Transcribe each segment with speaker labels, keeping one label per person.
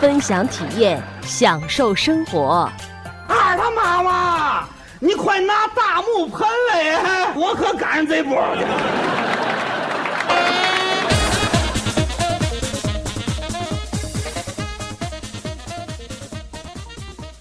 Speaker 1: 分享体验，享受生活。
Speaker 2: 二他妈妈，你快拿大木盆来，我可赶上这波了。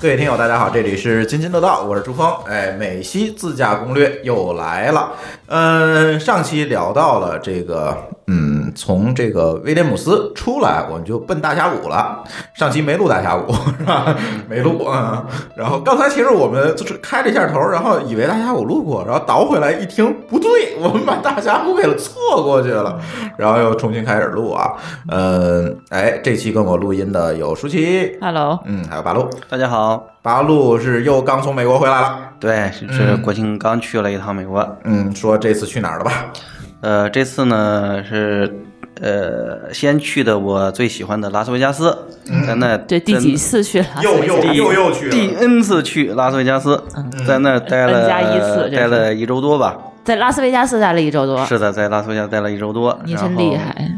Speaker 3: 各位听友，大家好，这里是津津乐道，我是朱峰。哎，美西自驾攻略又来了。嗯，上期聊到了这个，嗯，从这个威廉姆斯出来，我们就奔大峡谷了。上期没录大峡谷是吧？没录啊、嗯。然后刚才其实我们就是开了一下头，然后以为大峡谷路过，然后倒回来一听不对，我们把大峡谷给错过去了，然后又重新开始录啊。嗯，哎，这期跟我录音的有舒淇
Speaker 4: ，Hello，
Speaker 3: 嗯，还有八路，
Speaker 5: 大家好。好，
Speaker 3: 八路是又刚从美国回来了。
Speaker 5: 对，是国庆刚去了一趟美国。
Speaker 3: 嗯，说这次去哪儿了吧？
Speaker 5: 呃，这次呢是呃，先去的我最喜欢的拉斯维加斯，
Speaker 4: 嗯、
Speaker 5: 在那
Speaker 4: 对第几啊次去拉斯
Speaker 3: 维加斯？又又又又去了
Speaker 5: 第 N 次去拉斯维加斯，嗯、在那待了
Speaker 4: 加一次，
Speaker 5: 待了一周多吧。
Speaker 4: 在拉斯维加斯待了一周多。
Speaker 5: 是的，在拉斯维加斯待了一周多。
Speaker 4: 你真厉害。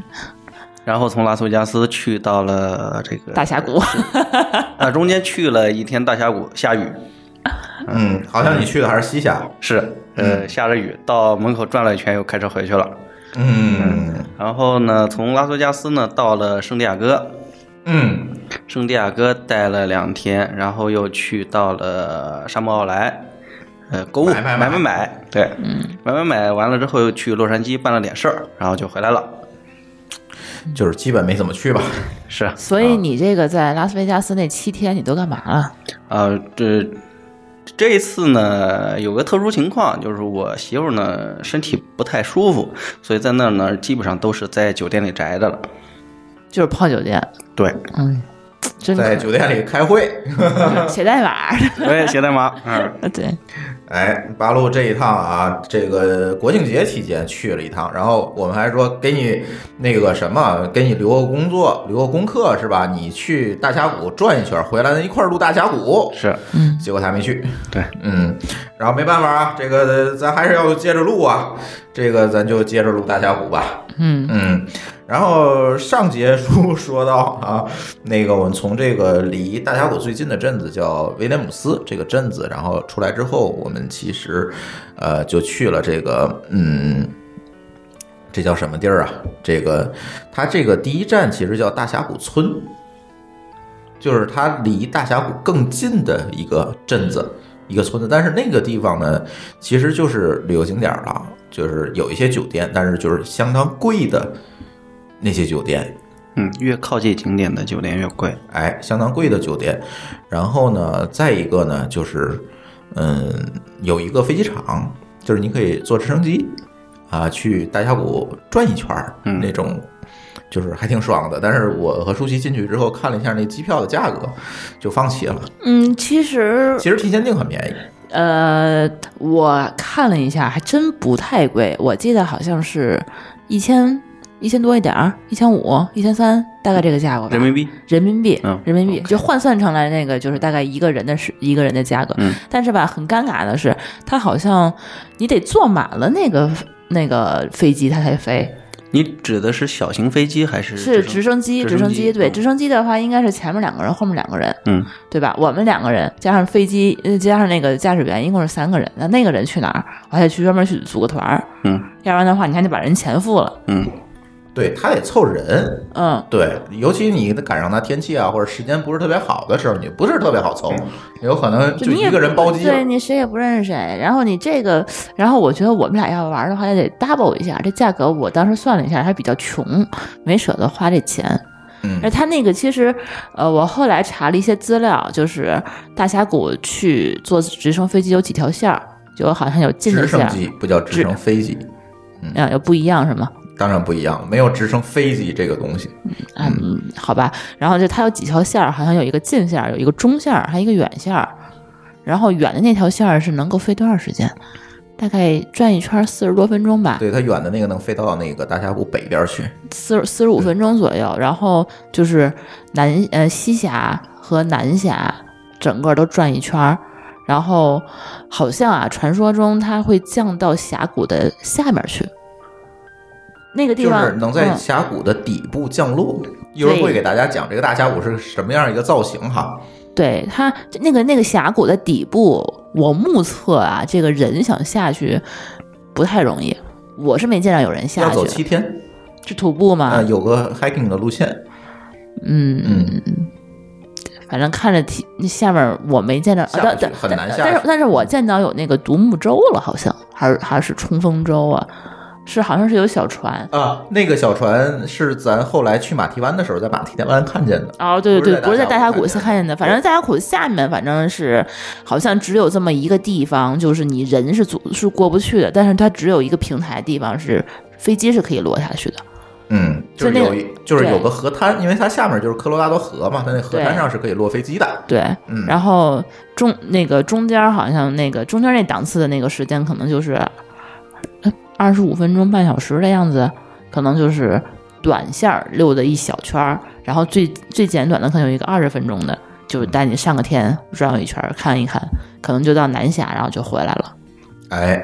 Speaker 5: 然后从拉斯维加斯去到了这个
Speaker 4: 大峡谷，
Speaker 5: 啊，中间去了一天大峡谷，下雨。
Speaker 3: 嗯，好像你去的还是西峡，
Speaker 5: 是，呃，下着雨，到门口转了一圈，又开车回去了。
Speaker 3: 嗯，
Speaker 5: 然后呢，从拉斯维加斯呢到了圣地亚哥，
Speaker 3: 嗯，
Speaker 5: 圣地亚哥待了两天，然后又去到了沙漠奥莱，呃，购物买嗯
Speaker 3: 买
Speaker 5: 买买，对，买买买完了之后又去洛杉矶办了点事儿，然后就回来了。
Speaker 3: 就是基本没怎么去吧，
Speaker 5: 是。
Speaker 4: 所以你这个在拉斯维加斯那七天，你都干嘛了？
Speaker 5: 呃，这这一次呢，有个特殊情况，就是我媳妇呢身体不太舒服，所以在那儿呢，基本上都是在酒店里宅着了，
Speaker 4: 就是泡酒店。
Speaker 5: 对，
Speaker 4: 嗯，真
Speaker 3: 在酒店里开会，
Speaker 4: 写代码，
Speaker 5: 对，写代码， 嗯，
Speaker 4: 对。
Speaker 3: 哎，八路这一趟啊，这个国庆节期间去了一趟，然后我们还说给你那个什么，给你留个工作，留个功课是吧？你去大峡谷转一圈，回来一块儿录大峡谷，
Speaker 5: 是，
Speaker 4: 嗯，
Speaker 3: 结果他没去，
Speaker 5: 对，
Speaker 3: 嗯，然后没办法啊，这个咱还是要接着录啊，这个咱就接着录大峡谷吧，
Speaker 4: 嗯
Speaker 3: 嗯，然后上节书说到啊，那个我们从这个离大峡谷最近的镇子叫威廉姆斯这个镇子，然后出来之后我们。其实，呃，就去了这个，嗯，这叫什么地儿啊？这个，它这个第一站其实叫大峡谷村，就是它离大峡谷更近的一个镇子、一个村子。但是那个地方呢，其实就是旅游景点了，就是有一些酒店，但是就是相当贵的那些酒店。
Speaker 5: 嗯，越靠近景点的酒店越贵，
Speaker 3: 哎，相当贵的酒店。然后呢，再一个呢，就是。嗯，有一个飞机场，就是你可以坐直升机啊去大峡谷转一圈儿，
Speaker 5: 嗯、
Speaker 3: 那种就是还挺爽的。但是我和舒淇进去之后看了一下那机票的价格，就放弃了。
Speaker 4: 嗯，其实
Speaker 3: 其实提前订很便宜。
Speaker 4: 呃，我看了一下，还真不太贵，我记得好像是一千。一千多一点儿，一千五、一千三，大概这个价格吧。
Speaker 5: 人民币，
Speaker 4: 人民币，
Speaker 5: 嗯，
Speaker 4: 人民币就换算成来那个就是大概一个人的是一个人的价格。
Speaker 5: 嗯，
Speaker 4: 但是吧，很尴尬的是，它好像你得坐满了那个那个飞机，它才飞。
Speaker 5: 你指的是小型飞机还是
Speaker 4: 是
Speaker 5: 直
Speaker 4: 升机？
Speaker 5: 直
Speaker 4: 升机对，
Speaker 5: 嗯、
Speaker 4: 直升机的话应该是前面两个人，后面两个人，
Speaker 5: 嗯，
Speaker 4: 对吧？我们两个人加上飞机，加上那个驾驶员，一共是三个人。那那个人去哪儿？我还得去专门去组个团儿，
Speaker 5: 嗯，
Speaker 4: 要不然的话，你还得把人钱付了，
Speaker 5: 嗯。
Speaker 3: 对他得凑人，
Speaker 4: 嗯，
Speaker 3: 对，尤其你赶上他天气啊，或者时间不是特别好的时候，你不是特别好凑，有可能就
Speaker 4: 你也
Speaker 3: 一个人包机了。
Speaker 4: 对你谁也不认识谁。然后你这个，然后我觉得我们俩要玩的话，也得 double 一下。这价格我当时算了一下，还比较穷，没舍得花这钱。
Speaker 3: 嗯，
Speaker 4: 而他那个其实，呃，我后来查了一些资料，就是大峡谷去坐直升飞机有几条线儿，就好像有近的
Speaker 3: 直
Speaker 4: 线
Speaker 3: 升
Speaker 4: 儿，
Speaker 3: 机不叫直升飞机，
Speaker 4: 啊，有不一样是吗？
Speaker 3: 当然不一样，没有直升飞机这个东西。
Speaker 4: 嗯，好吧。然后就它有几条线儿，好像有一个近线儿，有一个中线儿，还有一个远线儿。然后远的那条线儿是能够飞多长时间？大概转一圈四十多分钟吧，
Speaker 3: 对，它远的那个能飞到那个大峡谷北边去。
Speaker 4: 四四十五分钟左右。然后就是南呃西峡和南峡整个都转一圈儿。然后好像啊，传说中它会降到峡谷的下面去。那个地
Speaker 3: 就
Speaker 4: 方
Speaker 3: 是能在
Speaker 4: 嗯
Speaker 3: 峡谷的底部降落。一会儿会给大家讲这个大峡谷是什么样一个造型哈。
Speaker 4: 对它那个那个峡谷的底部，我目测啊，这个人想下去不太容易。我是没见着有人
Speaker 3: 要
Speaker 4: 下
Speaker 3: 走
Speaker 4: 去
Speaker 3: 七，天
Speaker 4: 是徒步
Speaker 3: 啊、
Speaker 4: 吗
Speaker 3: 呃？有个 hiking 的路线。
Speaker 4: 嗯，
Speaker 3: 嗯，
Speaker 4: 反正看着挺下面我没见着，
Speaker 3: 下
Speaker 4: 啊
Speaker 3: 不
Speaker 4: 但
Speaker 3: 去
Speaker 4: 但
Speaker 3: 很难下
Speaker 4: 但是
Speaker 3: 去
Speaker 4: 但是我见到有那个独木舟了，好像还是还是冲锋舟啊，是好像是有小船。
Speaker 3: 啊，那个小船是咱后来去马蹄湾的时候在马蹄湾看见的。
Speaker 4: 哦，对对对，
Speaker 3: 不
Speaker 4: 不是
Speaker 3: 是在
Speaker 4: 在
Speaker 3: 大
Speaker 4: 大峡
Speaker 3: 峡谷
Speaker 4: 谷
Speaker 3: 看见的
Speaker 4: 是看见的，反正大峡谷下面反正是好像只有这么一个地方，就是你人是足是过不去的，但是它只有一个平台地方是飞机是可以落下去的。
Speaker 3: 嗯，就是
Speaker 4: 就那
Speaker 3: 有
Speaker 4: 个
Speaker 3: 一就是有
Speaker 4: 对
Speaker 3: 个河滩，因为它下面就是科罗拉多河嘛，它那河滩
Speaker 4: 对
Speaker 3: 上是可以落飞机的。
Speaker 4: 对，
Speaker 3: 嗯
Speaker 4: 然后中那个中间儿好像那个中间儿那档次的那个时间可能就是二十五分钟半小时的样子，可能就是短线儿溜达一小圈儿，然后最最简短的可能有一个二十分钟的，就是
Speaker 3: 嗯
Speaker 4: 带你上个天转悠一圈儿看一看，可能就到南峡，然后就回来了。
Speaker 3: 哎，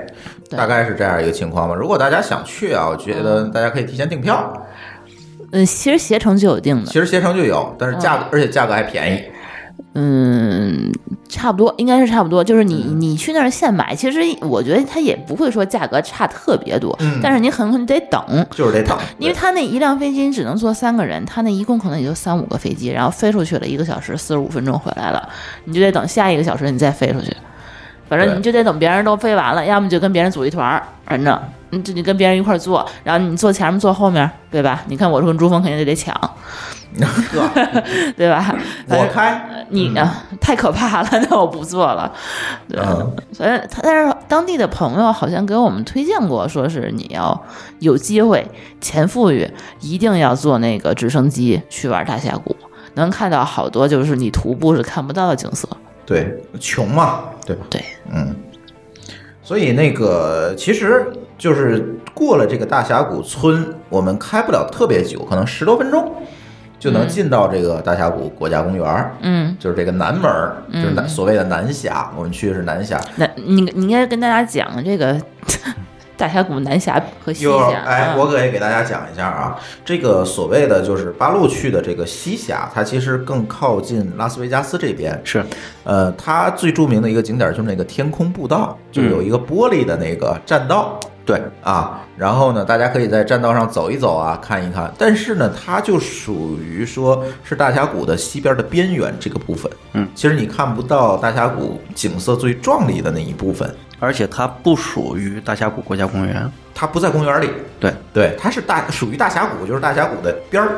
Speaker 4: 对
Speaker 3: 大概是这样一个情况吧。如果大家想去啊，我觉得大家可以提前订票，
Speaker 4: 嗯，其实携程就有定的
Speaker 3: 其，实携程就有，但是价格、而且价格还便宜。
Speaker 4: 嗯，差不多，应该是差不多。就是你、
Speaker 3: 嗯
Speaker 4: 你去那儿现买，其实我觉得它也不会说价格差特别多，
Speaker 3: 嗯
Speaker 4: 但是你很可能得等，
Speaker 3: 就是得等，
Speaker 4: 因为他那一辆飞机只能坐三个人，他那一共可能也就三五个飞机，然后飞出去了一个小时四十五分钟回来了，你就得等下一个小时你再飞出去，反正
Speaker 3: 对
Speaker 4: 你就得等别人都飞完了，要么就跟别人组一团儿，反正你就你跟别人一块儿坐，然后你坐前面坐后面，对吧？你看我跟朱峰肯定就得 抢，
Speaker 3: 呵，
Speaker 4: 对吧？反
Speaker 3: 我嗯
Speaker 4: 正
Speaker 3: 开，
Speaker 4: 你呢？太可怕了，那我不做了。对，
Speaker 3: 嗯
Speaker 4: 所以他但是当地的朋友好像给我们推荐过，说是你要有机会钱富裕，一定要坐那个直升机去玩大峡谷，能看到好多就是你徒步是看不到的景色。
Speaker 3: 对，穷嘛，对吧？
Speaker 4: 对，
Speaker 3: 嗯，所以那个其实就是过了这个大峡谷村，我们开不了特别久，可能十多分钟就能进到这个大峡谷国家公园儿。
Speaker 4: 嗯，
Speaker 3: 就是这个南门儿，就
Speaker 4: 嗯
Speaker 3: 是南所谓的南峡，我们去的是南峡。
Speaker 4: 那你你应该跟大家讲这个 大峡谷南峡和西
Speaker 3: 一会儿
Speaker 4: 峡。
Speaker 3: 哎，
Speaker 4: 嗯
Speaker 3: 我可以给大家讲一下啊，这个所谓的就是八路去的这个西峡，它其实更靠近拉斯维加斯这边，
Speaker 5: 是
Speaker 3: 呃，它最著名的一个景点就是那个天空步道，就是有一个玻璃的那个栈道、
Speaker 5: 对，
Speaker 3: 啊。然后呢，大家可以在栈道上走一走啊，看一看。但是呢，它就属于说是大峡谷的西边的边缘这个部分。
Speaker 5: 嗯，
Speaker 3: 其实你看不到大峡谷景色最壮丽的那一部分，
Speaker 5: 而且它不属于大峡谷国家公园，
Speaker 3: 它不在公园里。
Speaker 5: 对，
Speaker 3: 对，它是大属于大峡谷，就是大峡谷的边儿，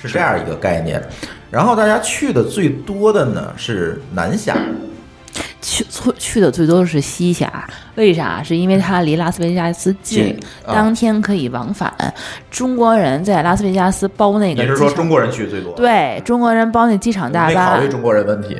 Speaker 3: 是这样一个概念。然后大家去的最多的呢是南峡。
Speaker 4: 去去去的最多的是西峡，为啥？是因为它离拉斯维加斯近
Speaker 5: 近，
Speaker 3: 啊
Speaker 4: 当天可以往返。中国人在拉斯维加斯包那个机
Speaker 3: 你是
Speaker 4: 场，
Speaker 3: 说中国人去最多？，
Speaker 4: 对中国人包那机场大
Speaker 3: 没考
Speaker 4: 巴
Speaker 3: 虑，中国人问题。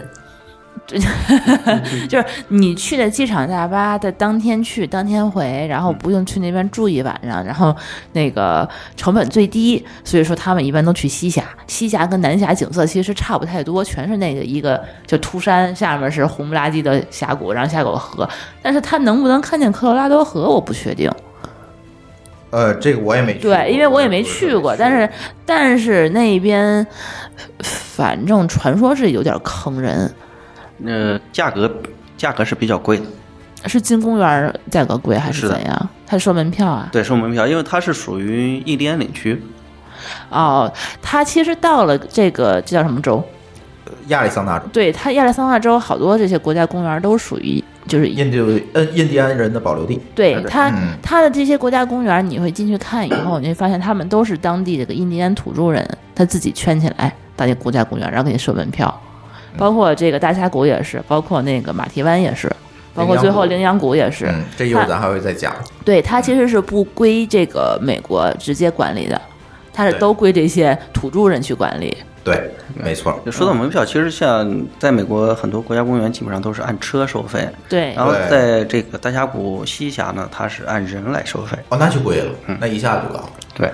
Speaker 4: 就是你去的机场大巴的当天去，当天回，然后不用去那边住一晚上，然后那个成本最低，所以说他们一般都去西峡。西峡跟南峡景色其实差不太多，全是那个一个就秃山，下面是红不拉几的峡谷，然后下有个河，但是它能不能看见科罗拉多河，我不确定。
Speaker 3: 呃，这个我也没去过
Speaker 4: 对，因为我也没去过，但是但是那边反正传说是有点坑人，
Speaker 5: 呃，价格价格是比较贵的，
Speaker 4: 是进公园儿价格贵还是
Speaker 5: 是的
Speaker 4: 怎样？他收门票啊？
Speaker 5: 对，收门票，因为它是属于印第安领区，
Speaker 4: 哦，他其实到了这个这叫什么州？
Speaker 3: 亚利桑那州，
Speaker 4: 对他亚利桑那州好多这些国家公园儿都属于就是
Speaker 3: 印度呃印第安人的保留地。
Speaker 4: 对它
Speaker 3: 嗯
Speaker 4: 它的这些国家公园儿，你会进去看以后，你会发现他们都是当地这个印第安土著人，他自己圈起来当地国家公园，然后给你收门票。包括这个大峡谷也是，包括那个马蹄湾也是，包括最后羚羊谷也是。
Speaker 3: 嗯，这一会儿咱还会再讲。
Speaker 4: 对，它其实是不归这个美国直接管理的，它是
Speaker 3: 对
Speaker 4: 都归这些土著人去管理。
Speaker 3: 对，没错。
Speaker 5: 就说到门票，其实像在美国很多国家公园基本上都是按车收费，
Speaker 4: 对
Speaker 5: 然，后
Speaker 3: 对
Speaker 5: 在这个大峡谷西峡呢，它是按人来收费。
Speaker 3: 哦，那就贵了，那一下就高了。
Speaker 5: 对，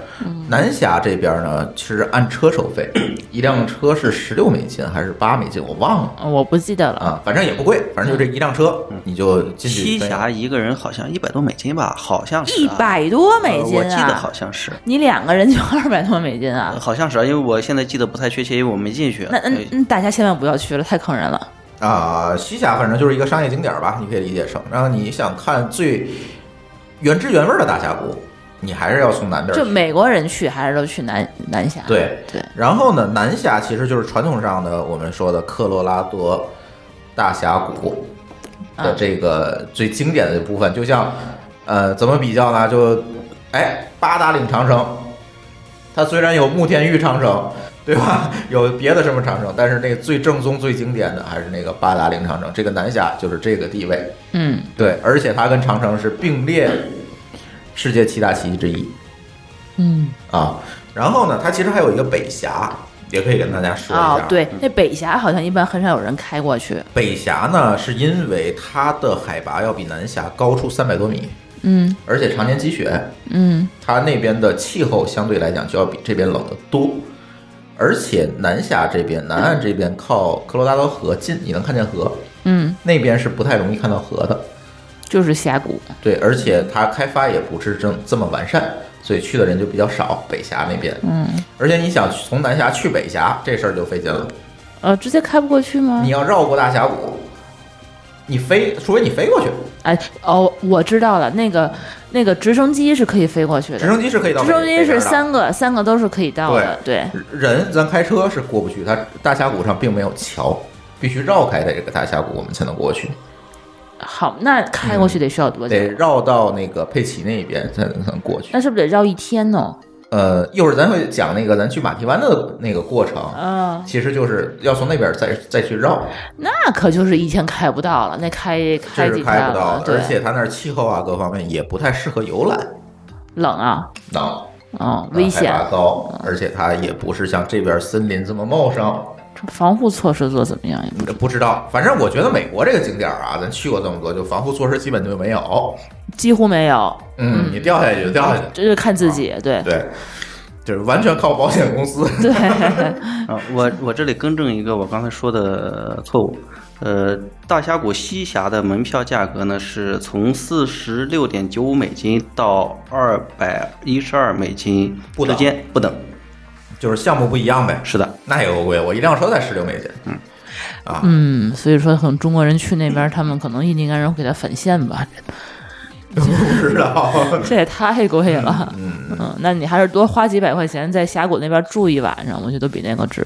Speaker 3: 南峡这边呢，其实按车收费，一辆车是十六美金还是八美金，我忘了
Speaker 4: 呃我不记得了。
Speaker 3: 啊，反正也不贵，反正就这一辆车，你就进去。
Speaker 5: 西峡一个人好像一百多美金吧，好像是
Speaker 4: 一
Speaker 5: 啊
Speaker 4: 百多美
Speaker 5: 呃
Speaker 4: 金
Speaker 5: 我记得
Speaker 4: 啊
Speaker 5: 好！像是，
Speaker 4: 你两个人就二百多美金啊
Speaker 5: 呃！哎好像是啊，因为我现在记得不太确切，因为我没进去。啊
Speaker 4: 那嗯
Speaker 5: 所以
Speaker 4: 嗯，大家千万不要去了，太坑人了。
Speaker 3: 啊、西峡反正就是一个商业景点儿吧，你可以理解成。然后你想看最原汁原味儿的大峡谷，你还是要从南边
Speaker 4: 就
Speaker 3: 儿去。
Speaker 4: 美国人去还是都去南南峡？
Speaker 3: 对
Speaker 4: 对，
Speaker 3: 然后呢，南峡其实就是传统上的我们说的科罗拉多大峡谷的这个最经典的部分，就像呃，怎么比较呢？就哎，八达岭长城，它虽然有慕田峪长城。对吧？ 有别的什么长城，但是那个最正宗、最经典的还是那个八达岭长城。这个南峡就是这个地位，
Speaker 4: 嗯，
Speaker 3: 对，而且它跟长城是并列世界七大奇迹之一。
Speaker 4: 嗯
Speaker 3: 啊。然后呢，它其实还有一个北峡，也可以跟大家说一下。
Speaker 4: 哦，，对，
Speaker 5: 嗯
Speaker 4: 那北峡好像一般很少有人开过去。
Speaker 3: 北峡呢是因为它的海拔要比南峡高出三百多米，
Speaker 4: 嗯
Speaker 3: 而且常年积雪，
Speaker 4: 嗯，
Speaker 3: 它那边的气候相对来讲就要比这边冷得多。而且南峡这边，南岸这边靠科罗拉多河近，你能看见河，
Speaker 4: 嗯，
Speaker 3: 那边是不太容易看到河的。
Speaker 4: 就是峡谷。
Speaker 3: 对，而且它开发也不是这这么完善，所以去的人就比较少。北峡那边，
Speaker 4: 嗯，
Speaker 3: 而且你想从南峡去北峡，这事儿就费劲了。
Speaker 4: 呃，直接开不过去吗
Speaker 3: 你？要绕过大峡谷，你飞，除非你飞过去，
Speaker 4: 哎，哦，我知道了，那个那个直升机是可以飞过去的。
Speaker 3: 直升机是可以到
Speaker 4: 直
Speaker 3: 北。
Speaker 4: 升机
Speaker 3: 北边
Speaker 4: 是
Speaker 3: 的
Speaker 4: 三个，三个都是可以到的。对，
Speaker 3: 人，咱开车是过不去，它大峡谷上并没有桥，必须绕开这个大峡谷，我们才能过去，
Speaker 4: 好，那开过去得需要多久？
Speaker 3: 得绕到那个佩奇那边才能过去
Speaker 4: 那。是不是得绕一天呢？
Speaker 3: 呃，一会儿咱会讲那个咱去马蹄湾的那个过程，
Speaker 4: 嗯，
Speaker 3: 其实就是要从那边再再去绕，
Speaker 4: 那可就是一天开不到了，那开开
Speaker 3: 这
Speaker 4: 几天
Speaker 3: 是开不
Speaker 4: 了
Speaker 3: 到，？
Speaker 4: 对
Speaker 3: 而，且它那儿气候啊各方面也不太适合游览，
Speaker 4: 冷啊，
Speaker 3: 能
Speaker 4: 嗯，危险嗯
Speaker 3: 海，拔高，而且它也不是像这边森林这么茂盛。
Speaker 4: 防护措施做怎么样？也不
Speaker 3: 不知道，反正我觉得美国这个景点儿啊，咱去过这么多，就防护措施基本就没有。
Speaker 4: 几乎没有，
Speaker 3: 嗯，你掉下去就掉下去，
Speaker 4: 这就看自己，对
Speaker 3: 啊对，就是完全靠保险公司。
Speaker 4: 对，嗯
Speaker 5: 啊，我我这里更正一个我刚才说的错误。呃，大峡谷西峡的门票价格呢是从四十六点九五美金到二百一十二美金
Speaker 3: 不
Speaker 5: 之
Speaker 3: 等
Speaker 5: 间，不等。
Speaker 3: 就是项目不一样呗。
Speaker 5: 是的，
Speaker 3: 那也够贵，我一辆车才十六美金。
Speaker 4: 嗯，所以说可能中国人去那边，他们可能印第安人会给他返现吧，
Speaker 3: 不知道，
Speaker 4: 这也太贵了，嗯那你还是多花几百块钱在峡谷那边住一晚上，我觉得比那个值。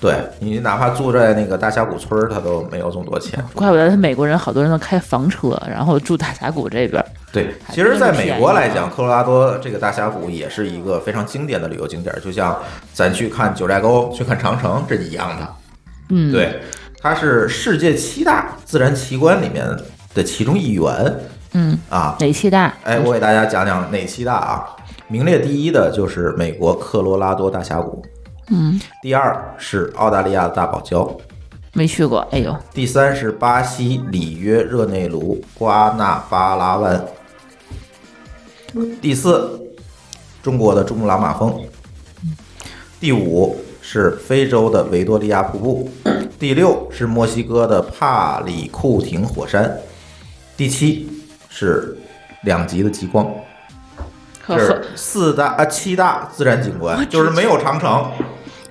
Speaker 3: 对你哪怕住在那个大峡谷村儿，它都没有这么多钱。
Speaker 4: 怪不得他美国人好多人都开房车，然后住大峡谷这边，
Speaker 3: 对，
Speaker 4: 还
Speaker 3: 其实在
Speaker 4: 真的
Speaker 3: 美
Speaker 4: 便
Speaker 3: 国
Speaker 4: 宜啊
Speaker 3: 来讲，科罗拉多这个大峡谷也是一个非常经典的旅游景点儿，就像咱去看九寨沟、去看长城，这一样的。
Speaker 4: 嗯，，
Speaker 3: 对，它是世界七大自然奇观里面的其中一员
Speaker 4: 嗯，
Speaker 3: 啊。
Speaker 4: 哪气大？
Speaker 3: 哎，我给大家讲讲哪七大啊？名列第一的就是美国科罗拉多大峡谷，嗯，第二是澳大利亚的大堡礁，
Speaker 4: 没去过，哎呦，
Speaker 3: 第三是巴西里约热内卢瓜纳巴拉湾，第四中国的珠穆朗玛峰，第五是非洲的维多利亚瀑布，第六是墨西哥的帕里库廷火山，第七是两极的极光。
Speaker 4: 可
Speaker 3: 这是四大啊七大自然景观，就是没有长城，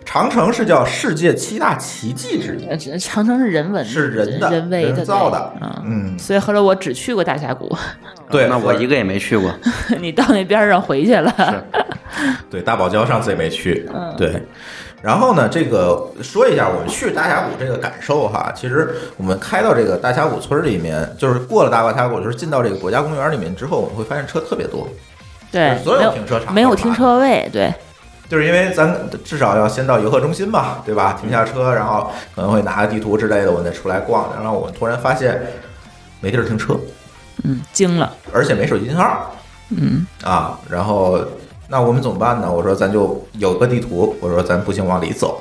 Speaker 3: 长城是叫世界七大奇迹之一。
Speaker 4: 呃这长城是人文，
Speaker 3: 是人的
Speaker 4: 嗯人为的、
Speaker 3: 人造的
Speaker 4: 对嗯，
Speaker 3: 嗯
Speaker 4: 所以后来我只去过大峡谷，
Speaker 3: 对，
Speaker 5: 啊那我
Speaker 3: 所以
Speaker 5: 一个也没去过。
Speaker 4: 你到那边儿上回去了，
Speaker 3: 对，大堡礁上次也没去。
Speaker 4: 嗯
Speaker 3: 对。然后呢，这个说一下我们去大峡谷这个感受哈。其实我们开到这个大峡谷村里面，就是过了大峡谷，就是进到这个国家公园里面之后，我们会发现车特别多，
Speaker 4: 对，
Speaker 3: 所有
Speaker 4: 没有
Speaker 3: 停车场
Speaker 4: 没有
Speaker 3: 都是
Speaker 4: 停
Speaker 3: 吧
Speaker 4: 车位，对，
Speaker 3: 就是因为咱至少要先到游客中心吧，对吧？停下车，然后可能会拿个地图之类的，我们再出来逛。然后我们突然发现，没地儿停车，
Speaker 4: 嗯，惊了，
Speaker 3: 而且没手机信号。
Speaker 4: 嗯，
Speaker 3: 啊，然后那我们怎么办呢？我说咱就有个地图，我说咱不行往里走，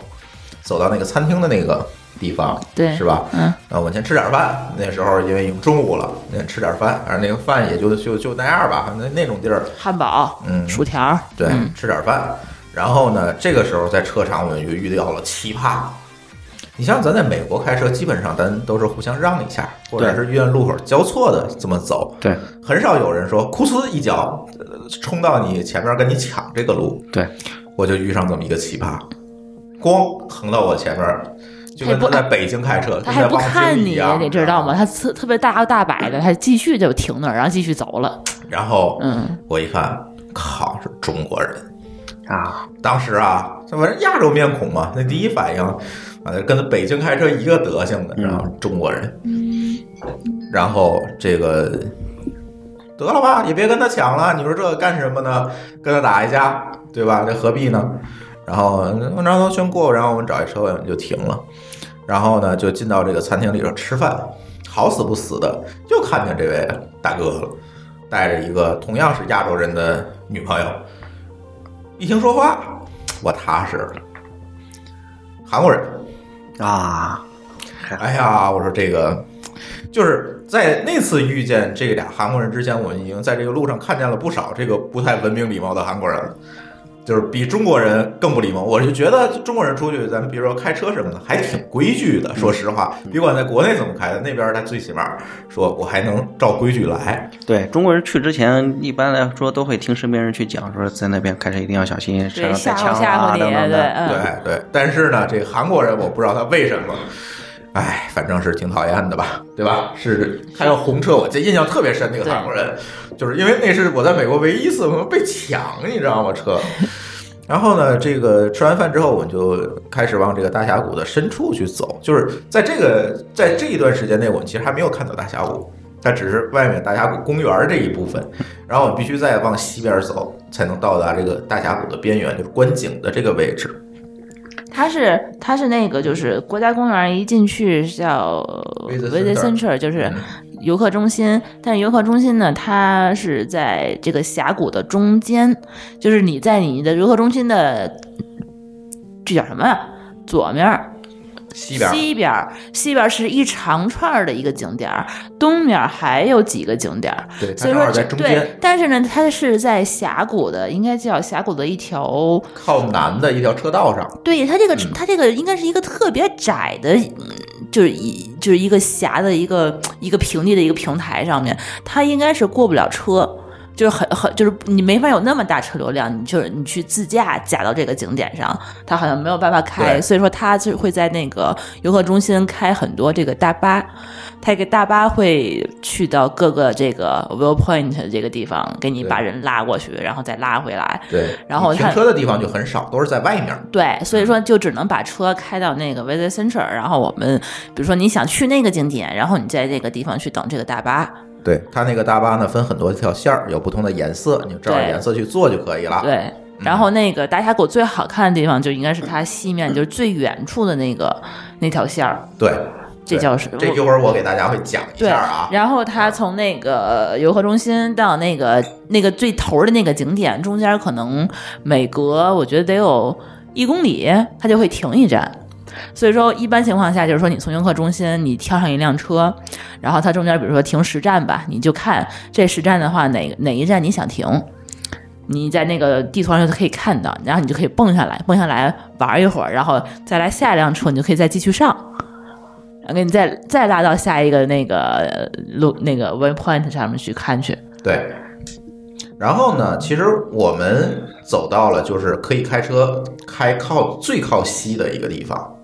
Speaker 3: 走到那个餐厅的那个地方，
Speaker 4: 对
Speaker 3: 是吧？
Speaker 4: 嗯，
Speaker 3: 那我先吃点饭。那时候因为已经中午了，那吃点饭，而那个饭也就就就那样吧，那那种地儿，
Speaker 4: 汉堡，
Speaker 3: 嗯
Speaker 4: 薯条，
Speaker 3: 对，
Speaker 4: 嗯
Speaker 3: 吃点饭。然后呢，这个时候在车场我们就遇到了奇葩。你像咱在美国开车，基本上咱都是互相让一下，或者
Speaker 5: 对
Speaker 3: 是遇见路口交错的这么走。
Speaker 5: 对
Speaker 3: 很少有人说“库呲”一脚、呃冲到你前面跟你抢这个路，
Speaker 5: 对，
Speaker 3: 我就遇上这么一个奇葩，咣横到我前面，就跟他在北京开车，
Speaker 4: 他
Speaker 3: 跟
Speaker 4: 还
Speaker 3: 在
Speaker 4: 不
Speaker 3: 望
Speaker 4: 看
Speaker 3: 京一
Speaker 4: 你，
Speaker 3: 样，
Speaker 4: 你知道吗？？他特特别大摇大摆的，他继续就停那儿，然后继续走了。
Speaker 3: 然后
Speaker 4: 嗯，
Speaker 3: 我一看，靠，是中国人。
Speaker 5: 啊，
Speaker 3: 当时啊，这玩意儿亚洲面孔嘛，那第一反应，啊，跟北京开车一个德行的，
Speaker 5: 嗯
Speaker 3: 然后中国人，然后这个得了吧，也别跟他抢了，你说这干什么呢？跟他打一架，对吧？这何必呢？然后文章都全过，然后我们找一车位我们就停了，然后呢就进到这个餐厅里头吃饭，好死不死的又看见这位大哥了，带着一个同样是亚洲人的女朋友，一听说话，我踏实了。韩国人，
Speaker 5: 啊，
Speaker 3: 哎呀，我说这个，就是在那次遇见这俩韩国人之前，我们已经在这个路上看见了不少这个不太文明礼貌的韩国人了，就是比中国人更不礼貌。我就觉得中国人出去，咱们比如说开车什么的，还挺规矩的。说实话，别管在国内怎么开的，那边他最起码说我还能照规矩来。
Speaker 5: 对中国人去之前，一般来说都会听身边人去讲，说在那边开车一定要小心，车
Speaker 4: 对，吓
Speaker 5: 上带
Speaker 4: 唬
Speaker 5: 枪
Speaker 4: 吓唬
Speaker 5: 啊
Speaker 4: 你，
Speaker 5: 等等
Speaker 4: 对，
Speaker 5: 的。
Speaker 4: 嗯，
Speaker 3: 对对，但是呢，这韩国人我不知道他为什么。哎，反正是挺讨厌的吧，对吧？是他要红车我，这印象特别深。那个
Speaker 4: 对
Speaker 3: 韩国人，就是因为那是我在美国唯一一次被抢，你知道吗？车。然后呢，这个吃完饭之后，我们就开始往这个大峡谷的深处去走。就是在这个在这一段时间内，我们其实还没有看到大峡谷，它只是外面大峡谷公园这一部分。然后我们必须再往西边走，才能到达这个大峡谷的边缘，就是观景的这个位置。
Speaker 4: 他是他是那个就是国家公园一进去是叫
Speaker 3: Visitor
Speaker 4: Visit Center，就是
Speaker 3: 嗯
Speaker 4: 游客中心。但是游客中心呢，它是在这个峡谷的中间，就是你在你的游客中心的这叫什么呀？左面儿
Speaker 3: 西边儿
Speaker 4: 西边儿，西边儿是一长串儿的一个景点儿，东面儿还有几个景点儿，
Speaker 3: 对，它
Speaker 4: 所以
Speaker 3: 正
Speaker 4: 说
Speaker 3: 好
Speaker 4: 这
Speaker 3: 在中
Speaker 4: 对
Speaker 3: 间，，
Speaker 4: 但是呢，它是在峡谷的，应该叫峡谷的一条，
Speaker 3: 靠南的一条车道上。
Speaker 4: 对它这个、
Speaker 3: 嗯
Speaker 4: 它这个应该是一个特别窄的，嗯就是一就是一个峡的一个一个平地的一个平台上面，它应该是过不了车。就是很很就是你没法有那么大车流量，你就是你去自驾驾到这个景点上，它好像没有办法开，
Speaker 3: 对
Speaker 4: 所以说它就会在那个游客中心开很多这个大巴，它一个大巴会去到各个这个 viewpoint 这个地方，给你
Speaker 3: 对
Speaker 4: 把人拉过去，然后再拉回来，
Speaker 3: 对，
Speaker 4: 然后
Speaker 3: 你停
Speaker 4: 看
Speaker 3: 车的地方就很少，都是在外面儿。
Speaker 4: 对，所以
Speaker 3: 嗯
Speaker 4: 说就只能把车开到那个 visit center，然后我们比如说你想去那个景点，然后你在这个地方去等这个大
Speaker 3: 啊
Speaker 4: 巴。
Speaker 3: 对，它那个大巴呢分很多条线儿，有不同的颜色，你就照着
Speaker 4: 对
Speaker 3: 颜色去做就可以了。
Speaker 4: 对，然
Speaker 3: 嗯
Speaker 4: 后那个大峡谷最好看的地方就应该是它西面就是最远处的那个那条线儿，
Speaker 3: 对，
Speaker 4: 这
Speaker 3: 对
Speaker 4: 叫什么？
Speaker 3: 这一会儿我给大家会讲一
Speaker 4: 对
Speaker 3: 下啊，。
Speaker 4: 然后它从那个游客中心到那个那个最头儿的那个景点，中间可能每隔我觉得得有一公里，它就会停一站。所以说，一般情况下就是说，你从游客中心你挑上一辆车，然后它中间比如说停十站吧，你就看这十站的话哪哪一站你想停，你在那个地图上就可以看到，然后你就可以蹦下来，蹦下来玩一会儿，然后再来下一辆车，你就可以再继续上。然后给你再再拉到下一个那个呃路那个 one point 上面去看去。
Speaker 3: 对。然后呢，其实我们走到了就是可以开车开靠最靠西的一个地方。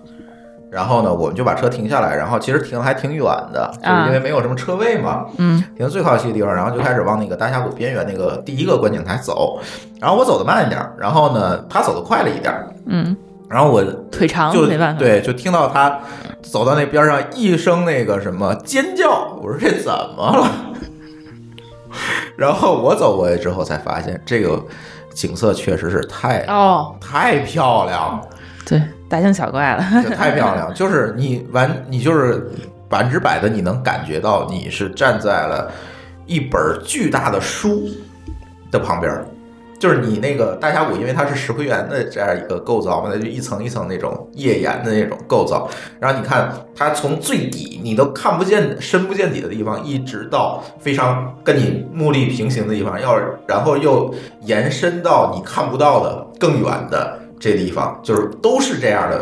Speaker 3: 然后呢，我们就把车停下来，然后其实停得还挺远的，
Speaker 4: 啊
Speaker 3: 就是因为没有什么车位嘛。
Speaker 4: 嗯，
Speaker 3: 停最靠西的地方，然后就开始往那个大峡谷边缘那个第一个观景台走。然后我走的慢一点，然后呢，他走的快了一点。
Speaker 4: 嗯，
Speaker 3: 然后我
Speaker 4: 腿长
Speaker 3: 就
Speaker 4: 没办法。，
Speaker 3: 对，就听到他走到那边上一声那个什么尖叫，我说这怎么了？ 然后我走过去之后才发现，这个景色确实是太、
Speaker 4: 哦，
Speaker 3: 太漂亮了。
Speaker 4: 对，大惊小怪了。
Speaker 3: 这太漂亮了，就是你完，你就是百分之百的你能感觉到你是站在了一本巨大的书的旁边儿。就是你那个大峡谷，因为它是石灰岩的这样一个构造嘛，它就一层一层那种页岩的那种构造。然后你看，它从最底你都看不见、深不见底的地方，一直到非常跟你目力平行的地方，要然后又延伸到你看不到的更远的这地方，就是都是这样的。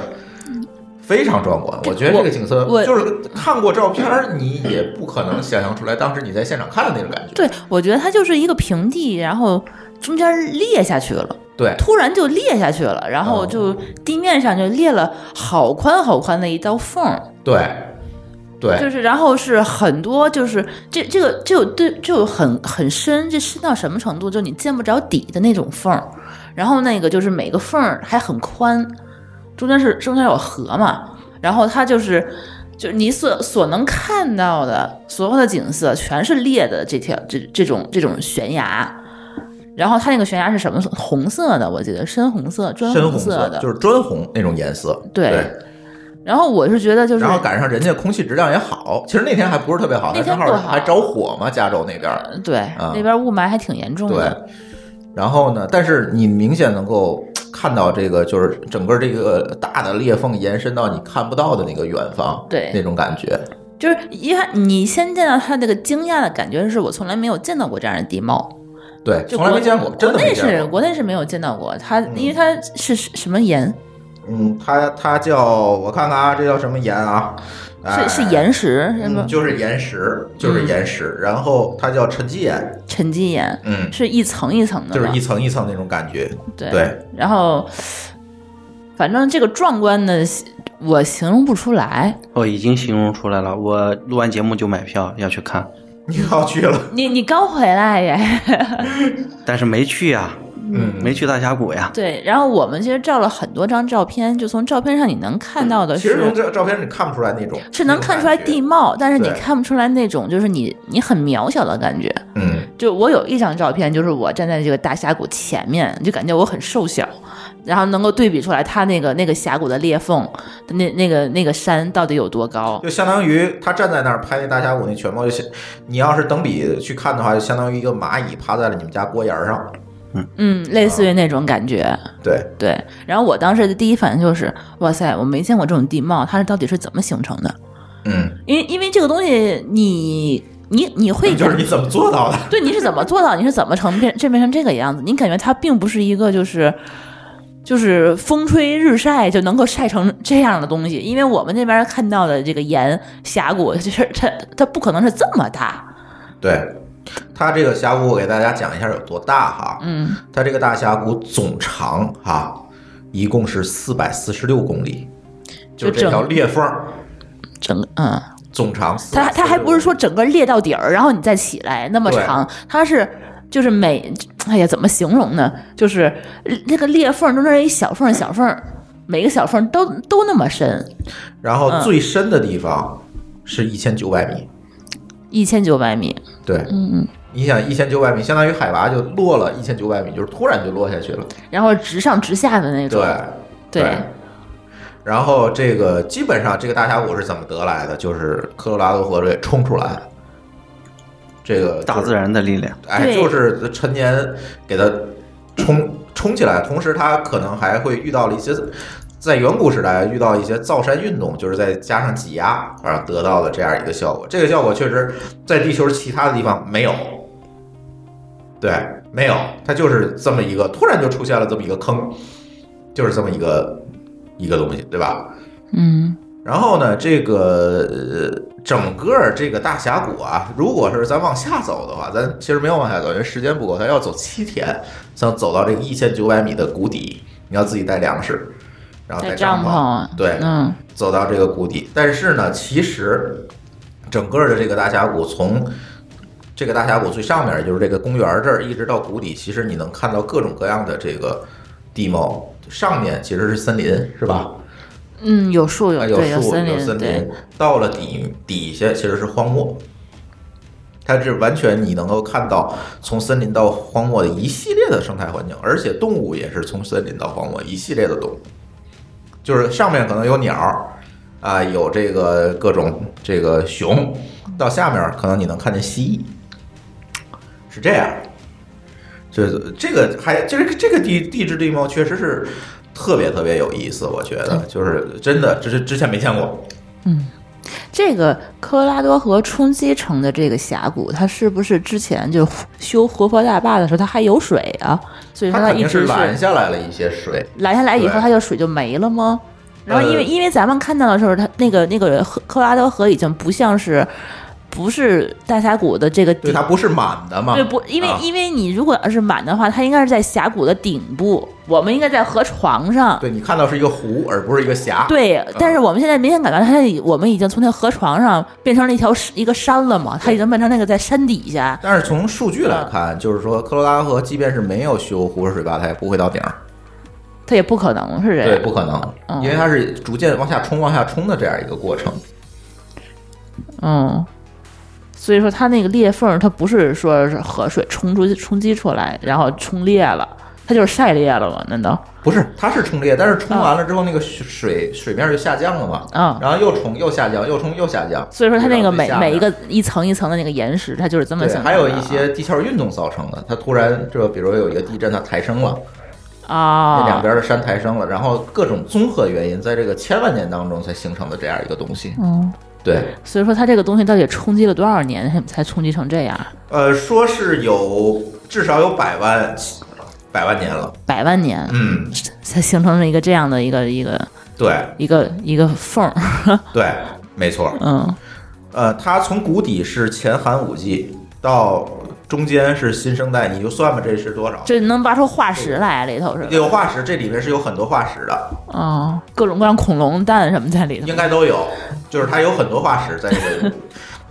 Speaker 3: 非常壮观，我觉得这个景色
Speaker 4: 我
Speaker 3: 就是看过照片儿，你也不可能想象出来当时你在现场看的那种感觉。
Speaker 4: 对，我觉得它就是一个平地，然后中间裂下去了，
Speaker 3: 对，
Speaker 4: 突然就裂下去了，然
Speaker 3: 哦
Speaker 4: 后就地面上就裂了好宽好宽的一道缝儿。
Speaker 3: 对，对，
Speaker 4: 就是，然后是很多，就是这这个这有对这有很很深，这深到什么程度？就你见不着底的那种缝儿，然后那个就是每个缝儿还很宽，中间是中间有河嘛，然后它就是就是你所所能看到的所有的景色全是裂的这条这这种这种悬崖。然后它那个悬崖是什么色？红色的，我记得深红色、砖
Speaker 3: 深红
Speaker 4: 色的。
Speaker 3: 就是砖红那种颜色。
Speaker 4: 对然后我是觉得，就是
Speaker 3: 然后赶上人家空气质量也好，其实那天还不是特别好，
Speaker 4: 那
Speaker 3: 它
Speaker 4: 天
Speaker 3: 正
Speaker 4: 不
Speaker 3: 好
Speaker 4: 好
Speaker 3: 还着火嘛，加州那边儿。
Speaker 4: 对、
Speaker 3: 啊
Speaker 4: 那边雾霾还挺严重
Speaker 3: 对
Speaker 4: 的。，
Speaker 3: 然后呢，但是你明显能够看到这个，就是整个这个大的裂缝延伸到你看不到的那个远方，
Speaker 4: 对
Speaker 3: 那种感觉。
Speaker 4: 就是一看你先见到它那个惊讶的感觉，是我从来没有见到过这样的地貌，
Speaker 3: 对，
Speaker 4: 就
Speaker 3: 从来
Speaker 4: 国
Speaker 3: 没见过，真的
Speaker 4: 国内
Speaker 3: 没
Speaker 4: 是
Speaker 3: 见过。
Speaker 4: 国内是没有见到过它，因为它是是什么岩？
Speaker 3: 嗯，它它叫我看看啊，这叫什么岩啊？哎
Speaker 4: 是是嗯岩石，什么
Speaker 3: 嗯，就是岩石，就是岩石。然后它叫沉积岩，
Speaker 4: 沉积岩，
Speaker 3: 嗯，
Speaker 4: 是啊一层一层的
Speaker 3: 就
Speaker 4: 吧，
Speaker 3: 是一层一层那种感觉。
Speaker 4: 对
Speaker 3: 对
Speaker 4: 然后，反正这个壮观的我形容不出来。
Speaker 5: 我哦已经形容出来了，我录完节目就买票要去看，
Speaker 3: 你要去了，
Speaker 4: 你你刚回来耶，
Speaker 5: 但是没去呀，
Speaker 3: 嗯，
Speaker 5: 没去大峡谷呀。
Speaker 4: 对，然后我们其实照了很多张照片，就从照片上你能看到的
Speaker 3: 其
Speaker 4: 呃是，
Speaker 3: 实从这照片你看不出来那种，
Speaker 4: 是能看出来地
Speaker 3: 那种
Speaker 4: 貌，但是你
Speaker 3: 对
Speaker 4: 看不出来那种就是你你很渺小的感觉。
Speaker 3: 感觉。嗯，
Speaker 4: 就我有一张照片，就是我站在这个大峡谷前面，就感觉我很瘦小，然后能够对比出来它那个那个峡谷的裂缝，那那个那个山到底有多高。
Speaker 3: 就相当于他站在那儿拍那大峡谷那全貌，就像你要是等比去看的话，就相当于一个蚂蚁趴在了你们家锅沿儿上。
Speaker 4: 嗯，类似于那种感觉。
Speaker 3: 对，
Speaker 4: 对，然后我当时的第一反应就是，哇塞，我没见过这种地貌，它是到底是怎么形成的？
Speaker 3: 嗯，
Speaker 4: 因为因为这个东西你，你你会
Speaker 3: 就是你怎么做 到的？
Speaker 4: 对，你是怎么做到？你是怎么成变这变成这个样子？你感觉它并不是一个就是就是风吹日晒就能够晒成这样的东西，因为我们那边看到的这个岩峡谷，就是它它不可能是这么大。
Speaker 3: 对，它这个峡谷，我给大家讲一下有多大哈。
Speaker 4: 嗯，
Speaker 3: 它这个大峡谷总长哈，一共是四百四十六公里，就
Speaker 4: 就是
Speaker 3: 这条
Speaker 4: 整
Speaker 3: 裂缝儿
Speaker 4: 整个嗯，
Speaker 3: 总长446公里。
Speaker 4: 它它还不是说整个裂到底儿，然后你再起来那么
Speaker 3: 对
Speaker 4: 长，它是。就是每，哎呀，怎么形容呢？就是那个裂缝中间一小缝儿小缝儿，每个小缝儿都都那么深，
Speaker 3: 然后
Speaker 4: 嗯
Speaker 3: 最深的地方是一千九百米。
Speaker 4: 一千九百米。
Speaker 3: 对，
Speaker 4: 嗯，
Speaker 3: 你想一千九百米，相当于海拔就落了一千九百米，就是突然就落下去了。
Speaker 4: 然后直上直下的那种。
Speaker 3: 对，
Speaker 4: 对
Speaker 3: 然后这个基本上这个大峡谷是怎么得来的？就是科罗拉多河水冲出来，这个就是
Speaker 5: 大自然的力量，
Speaker 3: 哎，
Speaker 4: 对
Speaker 3: 就是陈年给它冲冲起来，同时它可能还会遇到了一些。在远古时代遇到一些造山运动，就是再加上挤压而得到的这样一个效果。这个效果确实在地球其他的地方没有，对，没有，它就是这么一个突然就出现了这么一个坑，就是这么一个一个东西，对吧？
Speaker 4: 嗯，
Speaker 3: 然后呢，这个呃整个这个大峡谷啊，如果是咱往下走的话，咱其实没有往下走，因为时间不够，它要走七天，才能走到这个一千九百米的谷底。你要自己带粮食，然后
Speaker 4: 在
Speaker 3: 带
Speaker 4: 帐
Speaker 3: 篷，
Speaker 4: 篷，
Speaker 3: 对
Speaker 4: 嗯，
Speaker 3: 走到这个谷底。但是呢，其实整个的这个大峡谷从。这个大峡谷最上面，也就是这个公园这儿，一直到谷底，其实你能看到各种各样的这个地貌。上面其实是森林，是吧？
Speaker 4: 嗯，有树有
Speaker 3: 啊，
Speaker 4: 对
Speaker 3: 有树
Speaker 4: 森
Speaker 3: 有
Speaker 4: 林，
Speaker 3: 森
Speaker 4: 对
Speaker 3: 林，到了底底下其实是荒漠，它是完全你能够看到从森林到荒漠的一系列的生态环境，而且动物也是从森林到荒漠一系列的动物，就是上面可能有鸟儿，啊、有这个各种这个熊，到下面可能你能看见蜥蜴，是这样。就是这个还就是这个地地质地貌确实是特别特别有意思，我觉得就是真的，这是之前没见过。
Speaker 4: 这个科罗拉多河冲击成的这个峡谷，它是不是之前就修活佛大坝的时候它还有水啊？所以说
Speaker 3: 它肯
Speaker 4: 一
Speaker 3: 定
Speaker 4: 直
Speaker 3: 拦下来了一些水，
Speaker 4: 拦下来以后，
Speaker 3: 对
Speaker 4: 它就水就没了吗？然后因为
Speaker 3: 呃
Speaker 4: 因为咱们看到的时候，它那个那个河科罗拉多河已经不像是不是大峡谷的这个
Speaker 3: 对，
Speaker 4: 顶
Speaker 3: 它，不是满的嘛？
Speaker 4: 对不？因为、
Speaker 3: 啊
Speaker 4: 因为你如果要是满的话，它应该是在峡谷的顶部，我们应该在河床上。
Speaker 3: 对你看到是一个湖，而不是一个峡。
Speaker 4: 对，但是我们现在明显感觉到它已，我们已经从那河床上变成了一条山一个山了嘛，它已经变成那个在山底下。
Speaker 3: 但是从数据
Speaker 4: 嗯
Speaker 3: 来看，就是说科罗拉多河即便是没有修湖水水坝，它也不会到顶儿，
Speaker 4: 它也不可能是这
Speaker 3: 对，
Speaker 4: 样。
Speaker 3: 不可能，
Speaker 4: 嗯
Speaker 3: 因为它是逐渐往下冲、往下冲的这样一个过程。
Speaker 4: 嗯，所以说它那个裂缝，它不是说是河水冲出冲击出来，然后冲裂了，它就是晒裂了嘛？难道？
Speaker 3: 不是，它是冲裂，但是冲完了之后，那个水水面就下降了嘛，
Speaker 4: 嗯
Speaker 3: 然后又冲又下降，又冲又下降，
Speaker 4: 所以说它那个每
Speaker 3: 直到最下面
Speaker 4: 每一个一层一层的那个岩石，它就是这么
Speaker 3: 对
Speaker 4: 形，成的。
Speaker 3: 还有一些地壳运动造成的，它突然这比如有一个地震，它抬升了，
Speaker 4: 啊，
Speaker 3: 那两边的山抬升了，然后各种综合原因，在这个千万年当中才形成的这样一个东西。
Speaker 4: 嗯，
Speaker 3: 对，
Speaker 4: 所以说它这个东西到底冲击了多少年才才冲击成这样？
Speaker 3: 呃，说是有至少有百万百万年了，
Speaker 4: 百万年，
Speaker 3: 嗯，
Speaker 4: 才形成了一个这样的一个一个
Speaker 3: 对
Speaker 4: 一个一个缝儿。
Speaker 3: 对，没错，
Speaker 4: 嗯
Speaker 3: 呃，它从谷底是前寒武纪到中间是新生代，你就算吧，这是多少？
Speaker 4: 这能挖出化石来里头是吧？
Speaker 3: 有化石，这里面是有很多化石的，
Speaker 4: 嗯，各种各样恐龙蛋什么在里头。
Speaker 3: 应该都有，就是它有很多化石在 这个，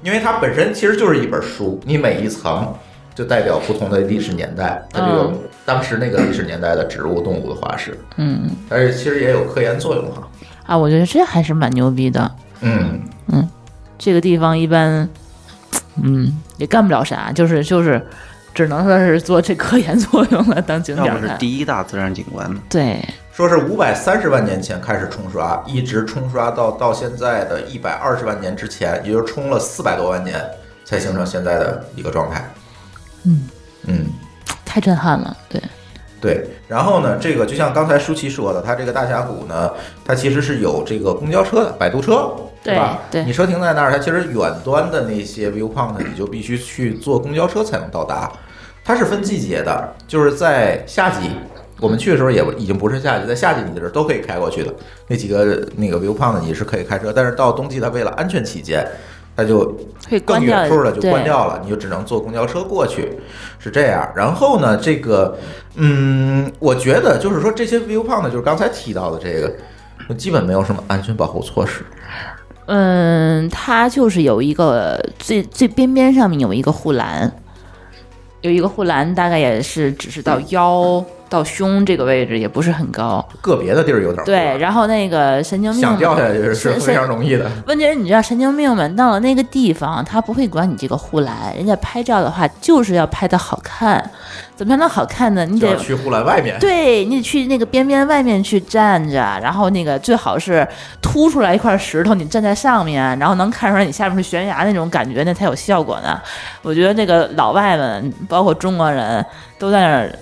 Speaker 3: 因为它本身其实就是一本书，你每一层就代表不同的历史年代，它就有
Speaker 4: 嗯
Speaker 3: 当时那个历史年代的植物、动物的化石，
Speaker 4: 嗯
Speaker 3: 但是其实也有科研作用哈。
Speaker 4: 啊，我觉得这还是蛮牛逼的。
Speaker 3: 嗯，
Speaker 4: 这个地方一般，嗯，也干不了啥，就是就是，只能说是做这科研作用了，当景
Speaker 5: 要
Speaker 4: 点
Speaker 5: 不
Speaker 4: 儿
Speaker 5: 是
Speaker 4: 看。
Speaker 5: 第一大自然景观呢？
Speaker 4: 对，
Speaker 3: 说是五百三十万年前开始冲刷，一直冲刷到到现在的一百二十万年之前，也就是冲了四百多万年才形成现在的一个状态。
Speaker 4: 嗯
Speaker 3: 嗯。
Speaker 4: 太震撼了。对，
Speaker 3: 对，然后呢，这个就像刚才舒淇说的，它这个大峡谷呢，它其实是有这个公交车的，摆渡车，
Speaker 4: 对
Speaker 3: 是吧？
Speaker 4: 对
Speaker 3: 你车停在那儿，它其实远端的那些 view point 你就必须去坐公交车才能到达。它是分季节的，就是在夏季，我们去的时候也已经不是夏季，在夏季你的时候都可以开过去的。那几个那个 view point 你是可以开车，但是到冬季，它为了安全起见，它就
Speaker 4: 可以
Speaker 3: 更
Speaker 4: 关掉
Speaker 3: 远处了就
Speaker 4: 对
Speaker 3: 关掉了，你就只能坐公交车过去，是这样。然后呢，这个，嗯，我觉得就是说这些 view point 就是刚才提到的这个，嗯基本没有什么安全保护措施。
Speaker 4: 嗯，它就是有一个最最边边上面有一个护栏，有一个护栏，大概也是只是到腰到胸这个位置，也不是很高。
Speaker 3: 个别的地儿有点
Speaker 4: 对，然后那个神经病
Speaker 3: 想
Speaker 4: 们
Speaker 3: 掉下来就是
Speaker 4: 是
Speaker 3: 非常容易的。
Speaker 4: 问题是，你知道神经病们到了那个地方，他不会管你这个护栏，人家拍照的话就是要拍的好看，怎么样能好看呢？你
Speaker 3: 就要
Speaker 4: 得。
Speaker 3: 去护栏外面，
Speaker 4: 对你得去那个边边外面去站着，然后那个最好是凸出来一块石头，你站在上面，然后能看出来你下面是悬崖那种感觉，那才有效果呢。我觉得那个老外们，包括中国人都在那儿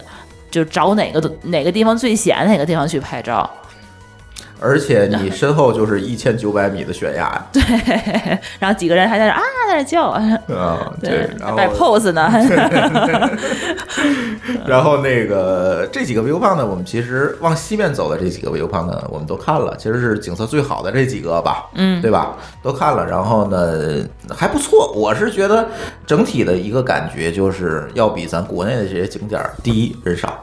Speaker 4: 就找哪个哪个地方最险，哪个地方去拍照。
Speaker 3: 而且你身后就是一千九百米的悬崖，对
Speaker 4: 然后几个人还在那儿啊，在那儿 叫，
Speaker 3: 啊，
Speaker 4: 还
Speaker 3: 然
Speaker 4: 摆
Speaker 3: 后
Speaker 4: pose 呢。
Speaker 3: 然后那个这几个 view point 呢，我们其实往西面走的这几个 view point 呢，我们都看了，其实是景色最好的这几个吧，
Speaker 4: 嗯
Speaker 3: 对吧？都看了，然后呢还不错，我是觉得整体的一个感觉就是要比咱国内的这些景点儿，第一人少，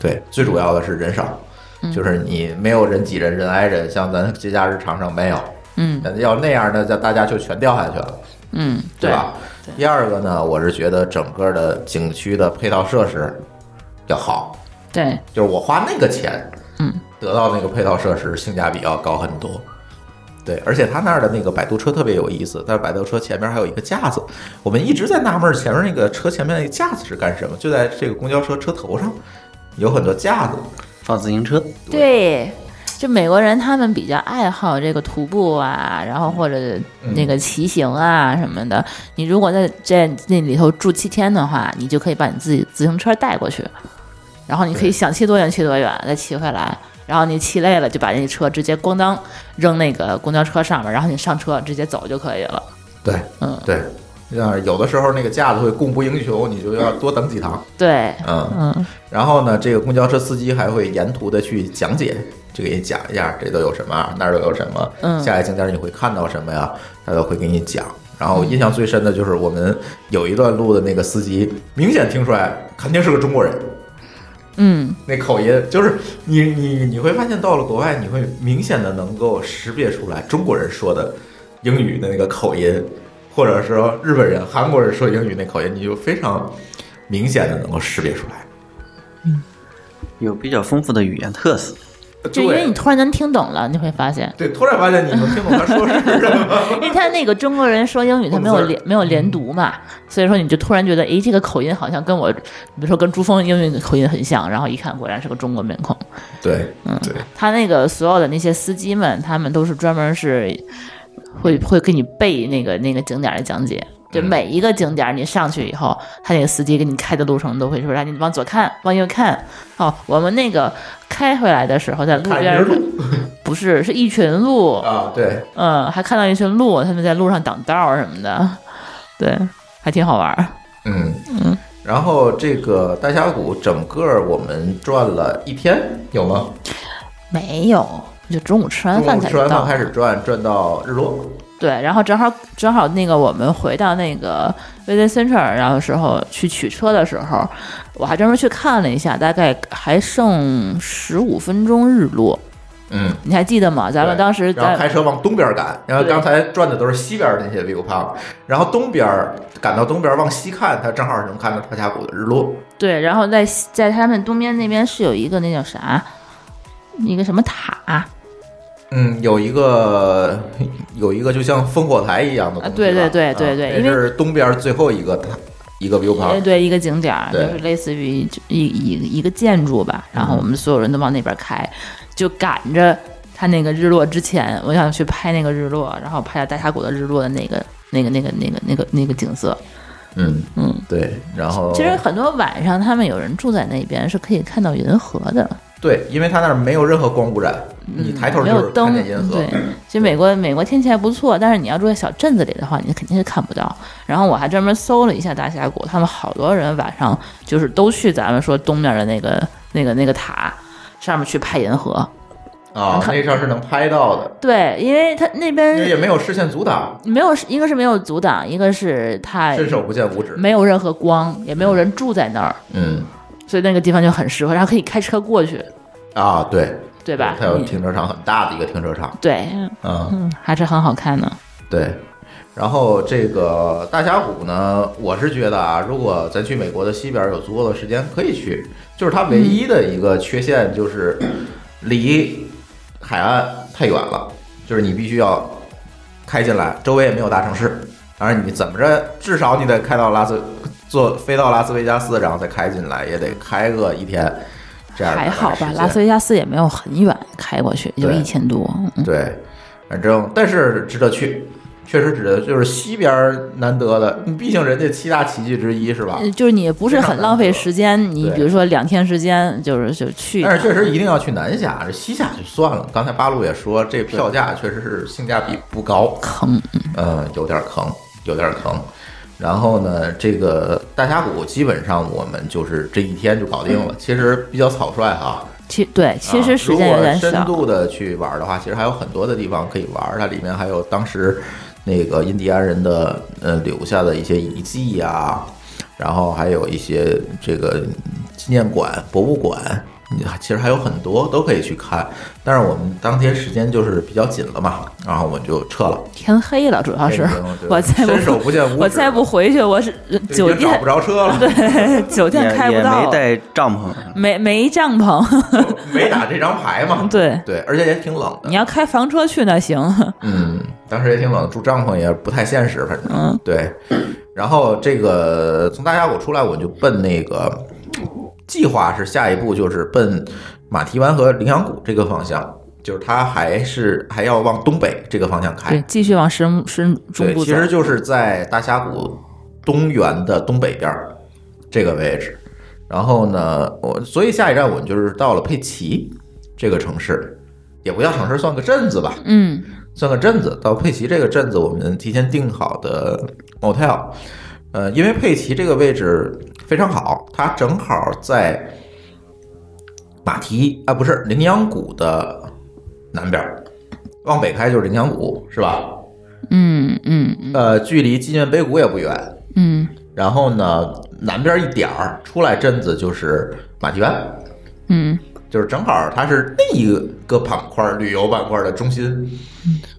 Speaker 3: 对，最主要的是人少，
Speaker 4: 嗯
Speaker 3: 就是你没有人挤人，人挨人，像咱节假日长城没有，
Speaker 4: 嗯
Speaker 3: 但要那样呢，那大家就全掉下去了。
Speaker 4: 嗯，
Speaker 3: 对吧？第二个呢，我是觉得整个的景区的配套设施要好，
Speaker 4: 对，
Speaker 3: 就是我花那个钱，
Speaker 4: 嗯，
Speaker 3: 得到那个配套设施性价比要高很多。对，而且他那儿的那个摆渡车特别有意思，但是摆渡车前面还有一个架子，我们一直在纳闷儿前面那个车前面那个架子是干什么？就在这个公交车车头上有很多架子，
Speaker 5: 放自行车，
Speaker 4: 对，就美国人他们比较爱好这个徒步啊，然后或者
Speaker 3: 嗯
Speaker 4: 那个骑行啊什么的。你如果在在那里头住七天的话，你就可以把你自己自行车带过去，然后你可以想骑多远骑多远，再骑回来。然后你骑累了，就把那车直接咣当扔那个公交车上面，然后你上车直接走就可以了。
Speaker 3: 对，
Speaker 4: 嗯
Speaker 3: 对，那有的时候那个架子会供不应求，你就要多等几堂，
Speaker 4: 对，
Speaker 3: 嗯。
Speaker 4: 嗯，
Speaker 3: 然后呢，这个公交车司机还会沿途的去讲解，这个给你讲一下这都有什么啊，那儿都有什么，
Speaker 4: 嗯
Speaker 3: 下一个景点你会看到什么呀，他都会给你讲。然后我印象最深的就是我们有一段路的那个司机，明显听出来肯定是个中国人，
Speaker 4: 嗯，
Speaker 3: 那口音就是你你你会发现到了国外，你会明显的能够识别出来中国人说的英语的那个口音，或者说日本人、韩国人说英语那口音，你就非常明显的能够识别出来。
Speaker 5: 有比较丰富的语言特色。
Speaker 4: 就因为你
Speaker 3: 对
Speaker 4: 突然能听懂了，你会发 现，
Speaker 3: 对，突然发现你能听懂他说是什么。
Speaker 4: 因为他那个中国人说英语，他没有
Speaker 3: 蹦字儿
Speaker 4: 连没有连读嘛，所以说你就突然觉得，诶，这个口音好像跟我，比如说跟朱峰英语的口音很像，然后一看果然是个中国面孔。
Speaker 3: 对，
Speaker 4: 嗯
Speaker 3: 对，
Speaker 4: 他那个所有的那些司机们，他们都是专门是会会给你背那个那个景点的讲解。就
Speaker 3: 嗯
Speaker 4: 每一个景点，你上去以后，他那个司机给你开的路程都会说：“来，你往左看，往右看。”哦，我们那个开回来的时候，在路
Speaker 3: 看一
Speaker 4: 边
Speaker 3: 只
Speaker 4: 儿
Speaker 3: 鹿
Speaker 4: 不是是一群鹿，
Speaker 3: 啊，对，
Speaker 4: 嗯，还看到一群鹿，他们在路上挡道儿什么的，对，还挺好玩儿。
Speaker 3: 嗯嗯。然后这个大峡谷整个我们转了一天，有吗？
Speaker 4: 没有，就中午吃完
Speaker 3: 中
Speaker 4: 饭
Speaker 3: 午
Speaker 4: 才
Speaker 3: 吃完
Speaker 4: 到
Speaker 3: 饭。开始转，转到日落。
Speaker 4: 对，然后正好正好那个我们回到那个 v i l l a Center，然后时候去取车的时候，我还专门去看了一下，大概还剩十五分钟日落。
Speaker 3: 嗯，
Speaker 4: 你还记得吗？咱们
Speaker 3: 对
Speaker 4: 当时
Speaker 3: 然后开
Speaker 4: 在
Speaker 3: 车往东边赶，然后刚才转的都是西边那些 view park，然后东边赶到东边往西看，它正好是能看到大峡谷的日落。
Speaker 4: 对，然后在在他们东边那边是有一个那叫啥，一个什么塔啊？
Speaker 3: 嗯，有一个有一个就像烽火台一样的东西吧，
Speaker 4: 啊对对对
Speaker 3: 啊
Speaker 4: 对对
Speaker 3: 这
Speaker 4: 因为
Speaker 3: 是东边最后一个塔一个 view
Speaker 4: 哎，
Speaker 3: park。
Speaker 4: 对，一个景点儿，就
Speaker 3: 啊对
Speaker 4: 是类似于一一一一个建筑吧。然后我们所有人都往那边开，就赶着它那个日落之前，我想去拍那个日落，然后拍到大峡谷的日落的那个那个那个那个那个那个景色。
Speaker 3: 嗯，
Speaker 4: 嗯，
Speaker 3: 对，然后
Speaker 4: 其实很多晚上他们有人住在那边是可以看到银河的，
Speaker 3: 对，因为它那儿没有任何光污染，你抬头
Speaker 4: 嗯没
Speaker 3: 就
Speaker 4: 有
Speaker 3: 是看
Speaker 4: 灯
Speaker 3: 见银。河。
Speaker 4: 对，其实美国美国天气还不错，但是你要住在小镇子里的话，你肯定是看不到。然后我还专门搜了一下大峡谷，他们好多人晚上就是都去咱们说东面的那个那个那个塔上面去拍银河。
Speaker 3: 啊，
Speaker 4: 看
Speaker 3: 那上是能拍到的，
Speaker 4: 对，因为它那
Speaker 3: 因为也
Speaker 4: 边
Speaker 3: 没有视线阻挡，
Speaker 4: 没有，一个是没有阻挡，一个是它
Speaker 3: 伸手不见五指。
Speaker 4: 没有任何光，也没有人住在那儿，
Speaker 3: 嗯，
Speaker 4: 所以那个地方就很适合，然后可以开车过去，
Speaker 3: 啊，对，
Speaker 4: 对吧？嗯
Speaker 3: 它有
Speaker 4: 你
Speaker 3: 停车场，很大的一个停车场。
Speaker 4: 对，
Speaker 3: 嗯，
Speaker 4: 嗯，还是很好看的。
Speaker 3: 对，然后这个大峡谷呢，我是觉得啊，如果咱去美国的西边有足够的时间，可以去。就是它唯一的一个缺陷就是 离海岸太远了，就是你必须要开进来，周围也没有大城市。当然，你怎么着，至少你得开到拉斯，坐飞到拉斯维加斯，然后再开进来，也得开个一天。这样的啊
Speaker 4: 还好吧
Speaker 3: 时，间
Speaker 4: 拉斯维加斯也没有很远，开过去也就
Speaker 3: 对
Speaker 4: 一千多。嗯，
Speaker 3: 对，反正但是值得去，确实值得，就是西边儿难得的，毕竟人家七大奇迹之一是吧？
Speaker 4: 呃就是你也不是很浪费时间，你
Speaker 3: 对
Speaker 4: 比如说两天时间，就是就去一趟。
Speaker 3: 但是确实一定要去南下，这西下就算了。刚才八路也说，这票价确实是性价比不高，
Speaker 4: 坑，
Speaker 3: 嗯，有点坑，有点坑。然后呢，这个大峡谷基本上我们就是这一天就搞定
Speaker 4: 嗯
Speaker 3: 了，其实比较草率哈、
Speaker 4: 其对，其实时间有点
Speaker 3: 啊如果深
Speaker 4: 少。
Speaker 3: 度的去玩的话，其实还有很多的地方可以玩儿，它里面还有当时那个印第安人的呃留下的一些遗迹呀、然后还有一些这个纪念馆、博物馆。你其实还有很多都可以去看，但是我们当天时间就是比较紧了嘛，然后我们就撤了。
Speaker 4: 天黑了，主要是
Speaker 3: 天黑了对
Speaker 4: 我再
Speaker 3: 伸手不见五指
Speaker 4: 我再不回去，我是呃
Speaker 3: 就
Speaker 4: 酒
Speaker 3: 已经找
Speaker 4: 店
Speaker 3: 不着车了，
Speaker 4: 对 酒
Speaker 5: 也
Speaker 4: 店开不
Speaker 5: 也
Speaker 4: 到嗯
Speaker 5: 没，带帐篷，
Speaker 4: 没没帐篷。
Speaker 3: 没打这张牌嘛。
Speaker 4: 对
Speaker 3: 对，而且也挺冷的
Speaker 4: 你。要开房车去那行，
Speaker 3: 嗯，当时也挺冷，住帐篷也不太现实，反正、
Speaker 4: 嗯
Speaker 3: 对。然后这个从大峡谷出来，我就奔那个计划是下一步就是奔马蹄湾和羚羊谷这个方向。就是它还是还要往东北这个方向
Speaker 4: 对
Speaker 3: 开，。
Speaker 4: 继续往深深中
Speaker 3: 哎对，
Speaker 4: 部
Speaker 3: 其
Speaker 4: 走。
Speaker 3: 实就是在大峡谷东缘的东北边儿这个位置。然后呢，我所以下一站我们就是到了佩奇这个城市，也不叫城市，算个镇子吧，
Speaker 4: 嗯，
Speaker 3: 算个镇子。到佩奇这个镇子，我们提前订好的 motel，呃，因为佩奇这个位置非常好，它正好在马蹄啊，不是羚羊谷的南边儿，往北开就是羚羊谷，是吧？
Speaker 4: 嗯嗯嗯
Speaker 3: 呃，距离纪念碑谷也不远。
Speaker 4: 嗯
Speaker 3: 然后呢，南边一点儿出来镇子就是马蹄湾，
Speaker 4: 嗯，
Speaker 3: 就是正好它是那一个板块儿旅游板块儿的中心，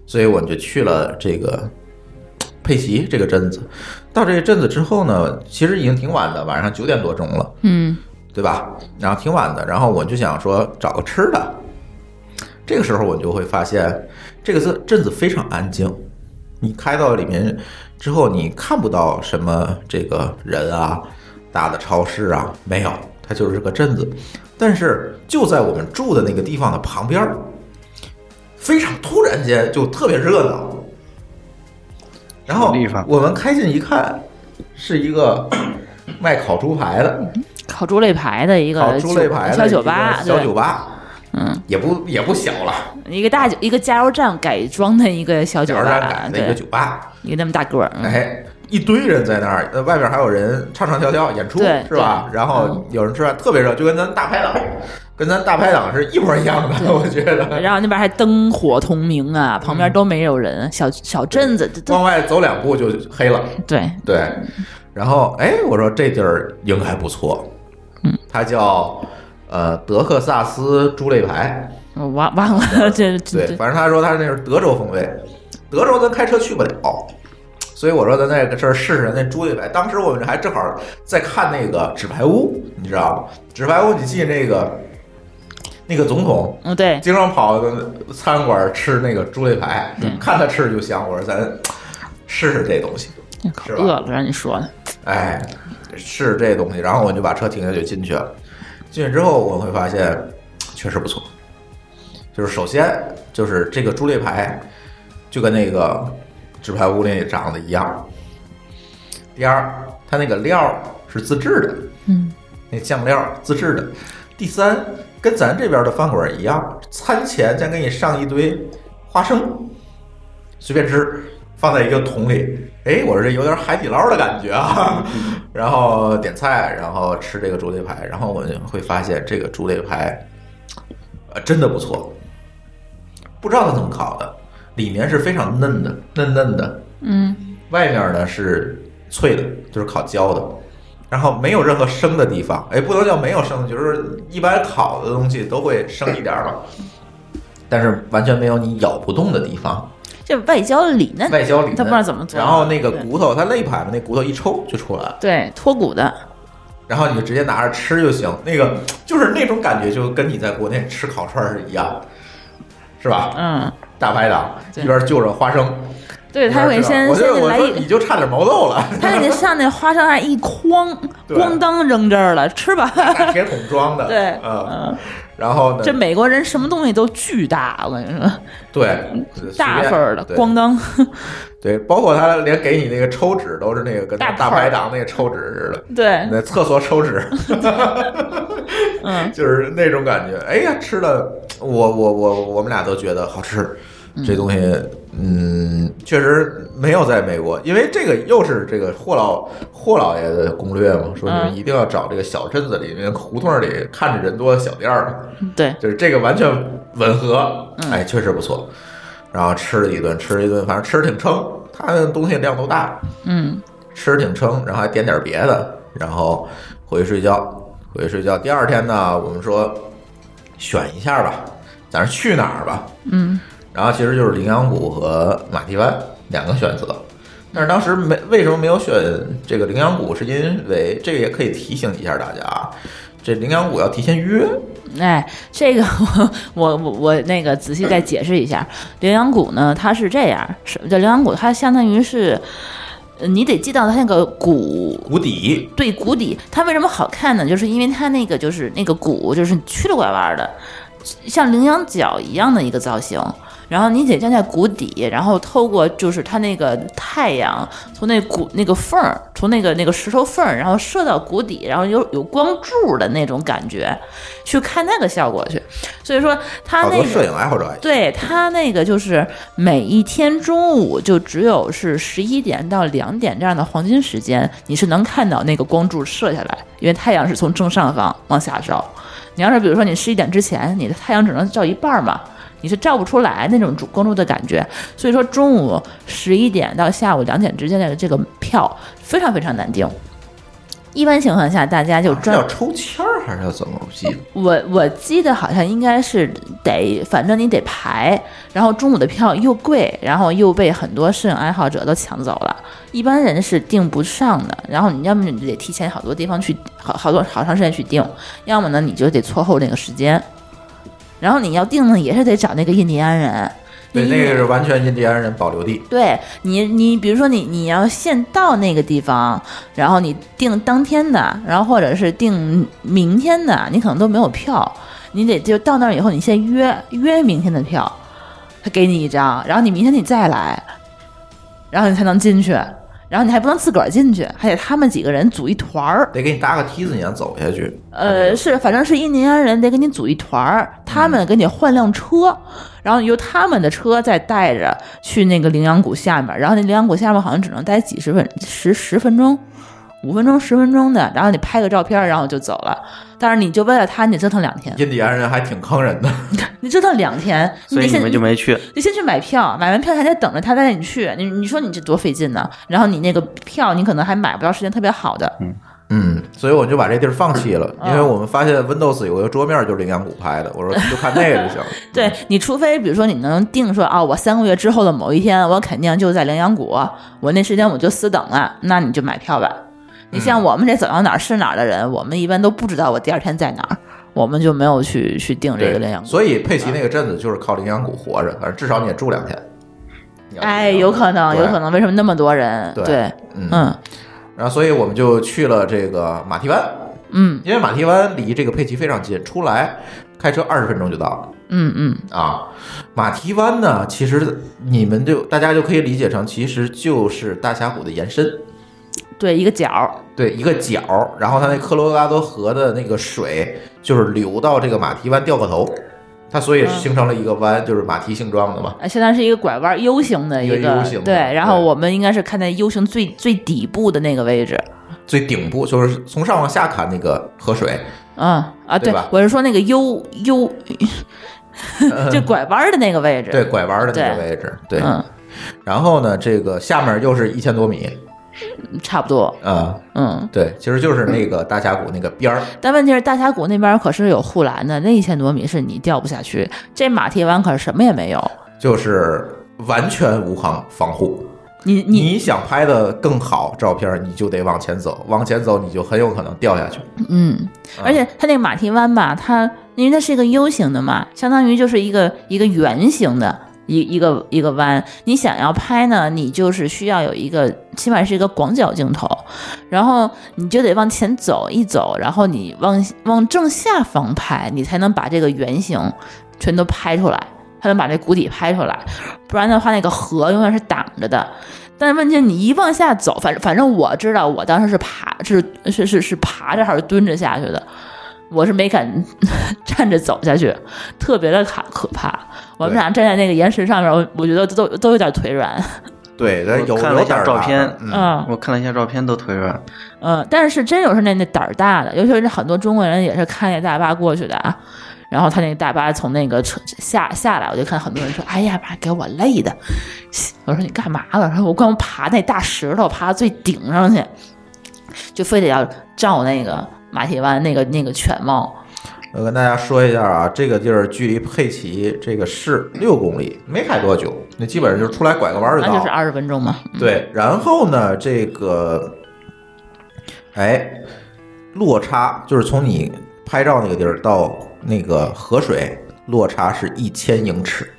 Speaker 3: 所以我们就去了这个佩奇这个镇子。到这个镇子之后呢，其实已经挺晚的，晚上九点多钟了。
Speaker 4: 嗯，
Speaker 3: 对吧？然后挺晚的，然后我就想说找个吃的。这个时候我就会发现，这个镇镇子非常安静。你开到里面之后，你看不到什么这个人啊、大的超市啊，没有，它就是个镇子。但是就在我们住的那个地方的旁边儿，非常突然间就特别热闹。然后
Speaker 5: 什么地方
Speaker 3: 我们开进一看，是一个 卖烤猪排的。
Speaker 4: 烤猪肋排的一
Speaker 3: 烤
Speaker 4: 个
Speaker 3: 猪肋排的
Speaker 4: 小
Speaker 3: 一
Speaker 4: 酒
Speaker 3: 个
Speaker 4: 吧，
Speaker 3: 小
Speaker 4: 对
Speaker 3: 酒吧，
Speaker 4: 嗯，
Speaker 3: 也不也不小了，
Speaker 4: 一个大酒一个加油站改装的一个小酒
Speaker 3: 小
Speaker 4: 吧，
Speaker 3: 站改的一
Speaker 4: 对
Speaker 3: 个，酒吧，
Speaker 4: 一个那么大个儿，嗯
Speaker 3: 哎，一堆人在那儿，呃外边还有人唱唱跳跳演出
Speaker 4: 对嗯
Speaker 3: 是吧？然后有人吃饭，特别热，就跟咱大排档，跟咱大排档是一模一样的， 我觉得。
Speaker 4: 然后那边还灯火通明啊，旁
Speaker 3: 嗯
Speaker 4: 边都没有人，小小镇子，这这
Speaker 3: 往外走两步就黑了，
Speaker 4: 对，
Speaker 3: 对。然后哎，我说这地儿应该不错，
Speaker 4: 嗯，
Speaker 3: 它叫呃德克萨斯猪肋排，
Speaker 4: 我忘忘了，这这
Speaker 3: 对，
Speaker 4: 这
Speaker 3: 反正他说他那是德州风味，德州咱开车去不了，所以我说咱在这儿试试那猪肋排。当时我们还正好在看那个《纸牌屋》，你知道吗？《纸牌屋》，你记那个那个总统
Speaker 4: 嗯对，
Speaker 3: 经常跑餐馆吃那个猪肋排，看他吃着就香。我说咱试试这东西，
Speaker 4: 可
Speaker 3: 是吧
Speaker 4: 饿了，让你说的，
Speaker 3: 哎，是这东西。然后我就把车停下去进去了。进去之后，我会发现确实不错。就是首先就是这个猪肋排，就跟那个纸牌屋里长得一样。第二，它那个料是自制的，
Speaker 4: 嗯，
Speaker 3: 那酱料自制的。第三，跟咱这边的饭馆一样，餐前先给你上一堆花生，随便吃，放在一个桶里。哎，我说这有点海底捞的感觉啊。 然后点菜，然后吃这个猪肋排，然后我就会发现这个猪肋排，呃，真的不错。不知道它怎么烤的，里面是非常嫩的，嫩嫩的，
Speaker 4: 嗯
Speaker 3: 外面呢是脆的，就是烤焦的，然后没有任何生的地方。哎，不能叫没有生的，就是一般烤的东西都会生一点儿嘛，但是完全没有你咬不动的地方，
Speaker 4: 这外焦里嫩，
Speaker 3: 外焦里嫩。
Speaker 4: 他不知道怎么做
Speaker 3: 然后那个
Speaker 4: 对
Speaker 3: 骨头，它肋排嘛，那骨头一抽就出来了，
Speaker 4: 对，脱骨的，
Speaker 3: 然后你就直接拿着吃就行。那个就是那种感觉，就跟你在国内吃烤串儿是一样的，是吧？
Speaker 4: 嗯，
Speaker 3: 大排档
Speaker 4: 对
Speaker 3: 一边就着花生，
Speaker 4: 对，他
Speaker 3: 一边
Speaker 4: 会
Speaker 3: 吃
Speaker 4: 先
Speaker 3: 我
Speaker 4: 先
Speaker 3: 就
Speaker 4: 给
Speaker 3: 我
Speaker 4: 来
Speaker 3: 说
Speaker 4: 一
Speaker 3: 你。就差点毛豆 了。
Speaker 4: 他给你上那花生上一筐，
Speaker 3: 对
Speaker 4: 咣当扔这儿了，吃 吧。
Speaker 3: 大铁桶装的，
Speaker 4: 对，
Speaker 3: 嗯，
Speaker 4: 嗯，
Speaker 3: 然后呢，
Speaker 4: 这美国人什么东西都巨大，我跟你说，
Speaker 3: 对
Speaker 4: 嗯大份儿的，，咣
Speaker 3: 随便
Speaker 4: 当。
Speaker 3: 对对，包括他连给你那个抽纸都是那个跟
Speaker 4: 大
Speaker 3: 大
Speaker 4: 块儿
Speaker 3: 排档那个抽纸似的，
Speaker 4: 对，
Speaker 3: 那厕所抽纸，
Speaker 4: 嗯，
Speaker 3: 就是那种感觉。哎呀，吃的我我我我们俩都觉得好吃，这东西嗯，确实没有在美国，因为这个又是这个霍老霍老爷的攻略嘛，说你
Speaker 4: 嗯
Speaker 3: 们一定要找这个小镇子里面胡同里看着人多的小店儿。
Speaker 4: 对，
Speaker 3: 就是这个完全吻合，
Speaker 4: 嗯
Speaker 3: 哎，确实不错。然后吃了一顿，吃了一顿，反正吃的挺撑，他的东西量都大，
Speaker 4: 嗯
Speaker 3: 吃的挺撑，然后还点点别的，然后回去睡觉，回去睡觉。第二天呢，我们说选一下吧，咱是去哪儿吧？
Speaker 4: 嗯
Speaker 3: 然后其实就是羚羊谷和马蹄湾两个选择。但是当时没为什么没有选这个羚羊谷，是因为这个也可以提醒一下大家啊，这羚羊谷要提前约，
Speaker 4: 哎，这个我我我那个仔细再解释一下，羚羊谷呢，它是这样，什么叫羚羊谷？它相当于是，呃你得记到它那个谷。
Speaker 3: 谷底
Speaker 4: 对谷底，它为什么好看呢？就是因为它那个就是那个谷，就是曲里拐弯的，像羚羊角一样的一个造型。然后你得站在谷底，然后透过就是它那个太阳从那谷那个缝儿，从那个那个石头缝儿，然后射到谷底，然后有有光柱的那种感觉，去看那个效果去。所以说它
Speaker 3: 好
Speaker 4: 那
Speaker 3: 多
Speaker 4: 个
Speaker 3: 摄影爱好者爱。
Speaker 4: 啊对他那个就是每一天中午就只有是十一点到两点这样的黄金时间，你是能看到那个光柱射下来，因为太阳是从正上方往下照。你要是比如说你十一点之前，你的太阳只能照一半儿嘛，你是照不出来那种主光柱的感觉。所以说中午十一点到下午两点之间的这个票非常非常难订。一般情况下，大家就
Speaker 3: 这
Speaker 4: 专
Speaker 3: 叫抽签儿还是要怎么？我记得
Speaker 4: 我我记得好像应该是得，反正你得排，然后中午的票又贵，然后又被很多摄影爱好者都抢走了，一般人是订不上的。然后你要么你就得提前好多地方去，好好多好长时间去订，要么呢你就得错后那个时间。然后你要订呢，也是得找那个印第安人。
Speaker 3: 对，
Speaker 4: 你
Speaker 3: 那个是完全印第安人保留地。
Speaker 4: 对你，你比如说你你要现到那个地方，然后你订当天的，然后或者是订明天的，你可能都没有票，你得就到那儿以后，你先约约明天的票，他给你一张，然后你明天你再来，然后你才能进去，然后你还不能自个儿进去，还得他们几个人组一团儿。
Speaker 3: 得给你搭个梯子，你要走下去。哎
Speaker 4: 呃，是，反正是印第安人得给你组一团儿，他们给你换辆车，然后由他们的车再带着去那个羚羊谷下面，然后那羚羊谷下面好像只能待几十分十十分钟，五分钟十分钟的，然后你拍个照片儿，然后就走了。但是你就为了他，你折腾两天，
Speaker 3: 印第安人还挺坑人的，
Speaker 4: 你折腾两天，
Speaker 5: 所以
Speaker 4: 你
Speaker 5: 你
Speaker 4: 先
Speaker 5: 们就没去。
Speaker 4: 你先去买票，买完票还得等着他带你去，你你说你这多费劲呢？然后你那个票你可能还买不到时间特别好的，
Speaker 3: 嗯，所以我就把这地儿放弃了，因为我们发现 Windows 有个桌面就是羚羊谷拍的，我说就看那个就行嗯了。
Speaker 4: 对你，除非比如说你能定说啊、我三个月之后的某一天，我肯定就在羚羊谷，我那时间我就死等了，那你就买票吧。你
Speaker 3: 嗯
Speaker 4: 像我们这走到哪儿是哪儿的人，我们一般都不知道我第二天在哪儿，我们就没有去去定这个羚羊
Speaker 3: 对，
Speaker 4: 谷。
Speaker 3: 所以佩奇那个镇子就是靠羚羊谷活着，反正至少你也住两天。你要是
Speaker 4: 哎，
Speaker 3: 这样
Speaker 4: 有可能，
Speaker 3: 对
Speaker 4: 有可能，为什么那么多人？
Speaker 3: 对
Speaker 4: 对，
Speaker 3: 嗯
Speaker 4: 嗯
Speaker 3: 然后，所以我们就去了这个马蹄湾，
Speaker 4: 嗯
Speaker 3: 因为马蹄湾离这个佩奇非常近，出来开车二十分钟就到了。
Speaker 4: 嗯嗯，
Speaker 3: 啊，马蹄湾呢，其实你们就大家就可以理解成，其实就是大峡谷的延伸，
Speaker 4: 对，一个角儿，
Speaker 3: 对，一个角儿，然后它那科罗拉多河的那个水就是流到这个马蹄湾掉个头，它所以形成了一个湾，就是马蹄形状的嘛。
Speaker 4: 呃相当于是一个拐弯 U 型的
Speaker 3: 一
Speaker 4: 个
Speaker 3: 个 U 型的
Speaker 4: 对。然后
Speaker 3: 对
Speaker 4: 我们应该是看在 U 型最最底部的那个位置。
Speaker 3: 最顶部就是从上往下看那个河水，
Speaker 4: 嗯啊，
Speaker 3: 对
Speaker 4: 对
Speaker 3: 吧，
Speaker 4: 我是说那个 U U，就 拐弯儿的那个位置。
Speaker 3: 嗯对，，拐弯的那个
Speaker 4: 对
Speaker 3: 位置，对。
Speaker 4: 嗯，
Speaker 3: 然后呢，这个下面又是一千多米
Speaker 4: 差不多，
Speaker 3: 啊、
Speaker 4: 嗯。
Speaker 3: 对，其实就是那个大峡谷那个边儿，
Speaker 4: 但问题是，大峡谷那边可是有护栏的，那一千多米是你掉不下去。这马蹄湾可是什么也没有。
Speaker 3: 就是完全无防防护。
Speaker 4: 你你
Speaker 3: 你想拍的更好照片，你就得往前走，往前走你就很有可能掉下去。
Speaker 4: 嗯，而且它那个马蹄湾吧，它因为它是一个 U 型的嘛，相当于就是一个一个圆形的一一个一个弯。你想要拍呢，你就是需要有一个，起码是一个广角镜头，然后你就得往前走一走，然后你往往正下方拍，你才能把这个圆形全都拍出来，才能把这谷底拍出来。不然的话，那个河永远是挡着的。但是问题是你一往下走，反正反正我知道，我当时是爬是是是是爬着还是蹲着下去的，我是没敢 站着走下去，特别的卡可怕。我们
Speaker 3: 对
Speaker 4: 俩站在那个岩石上面，我我觉得都都有点腿软。
Speaker 3: 对，但有
Speaker 5: 看了
Speaker 3: 有
Speaker 5: 一下
Speaker 3: 胆儿
Speaker 5: 照
Speaker 3: 大
Speaker 5: 片
Speaker 3: 的嗯，
Speaker 4: 嗯
Speaker 5: 我看了一下照片，都腿软。
Speaker 4: 嗯，但是真有是那那胆儿大的，尤其是很多中国人也是看那大巴过去的啊。然后他那个大巴从那个车下下来，我就看很多人说：“哎呀妈，给我累的！”我说：“你干嘛了？”他说：“我光爬那大石头，爬到最顶上去，就非得要照那个马蹄湾那个那个全貌。
Speaker 3: 我跟大家说一下啊，这个地儿距离佩奇这个市六公里，没开多久，那基本上就是出来拐个弯儿
Speaker 4: 那
Speaker 3: 到了。
Speaker 4: 就是二十分钟嘛。
Speaker 3: 对，然后呢，这个，哎，落差就是从你拍照那个地儿到那个河水落差是一千英尺，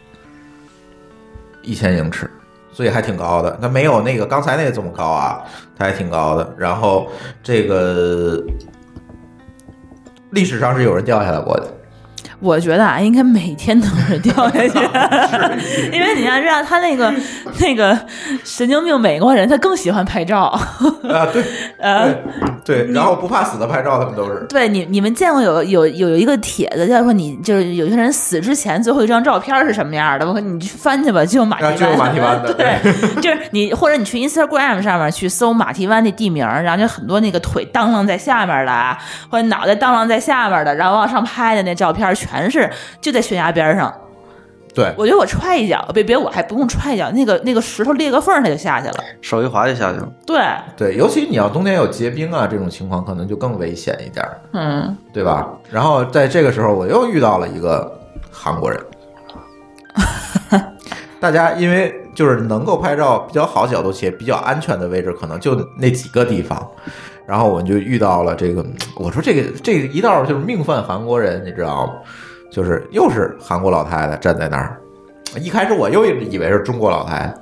Speaker 3: 一千英尺，所以还挺高的。它没有那个刚才那个这么高啊，它还挺高的。然后这个历史上是有人掉下来过的，
Speaker 4: 我觉得啊，应该每天都是掉下去，因为你要知道他那个那个神经病美国人，他更喜欢拍照。
Speaker 3: 啊，对，
Speaker 4: 呃，
Speaker 3: 对，对然后不怕死的拍照，他们都是。
Speaker 4: 对你你们见过有有有有一个帖子，叫说你就是有些人死之前最后一张照片是什么样的？我说你去翻去吧，就有马
Speaker 3: 啊
Speaker 4: 蹄
Speaker 3: 就有
Speaker 4: 湾，
Speaker 3: 马蹄湾的
Speaker 4: 对，就是你或者你去 Instagram 上面去搜马蹄湾那地名儿，然后就很多那个腿当啷在下面的啊，或者脑袋当啷在下面的，然后往上拍的那照片全是就在悬崖边上。
Speaker 3: 对，
Speaker 4: 我觉得我踹一脚，别别我还不用踹一脚，那个那个石头裂个缝儿它就下去了。
Speaker 5: 手一滑就下去 了。
Speaker 4: 对，
Speaker 3: 对，尤其你要冬天有结冰啊这种情况，可能就更危险一点儿，
Speaker 4: 嗯，
Speaker 3: 对吧？然后在这个时候，我又遇到了一个韩国人。大家因为就是能够拍照比较好角度且比较安全的位置，可能就那几个地方。然后我们就遇到了这个，我说这个这个一道就是命犯韩国人，你知道吗？就是又是韩国老太太站在那儿，一开始我又以为是中国老太太，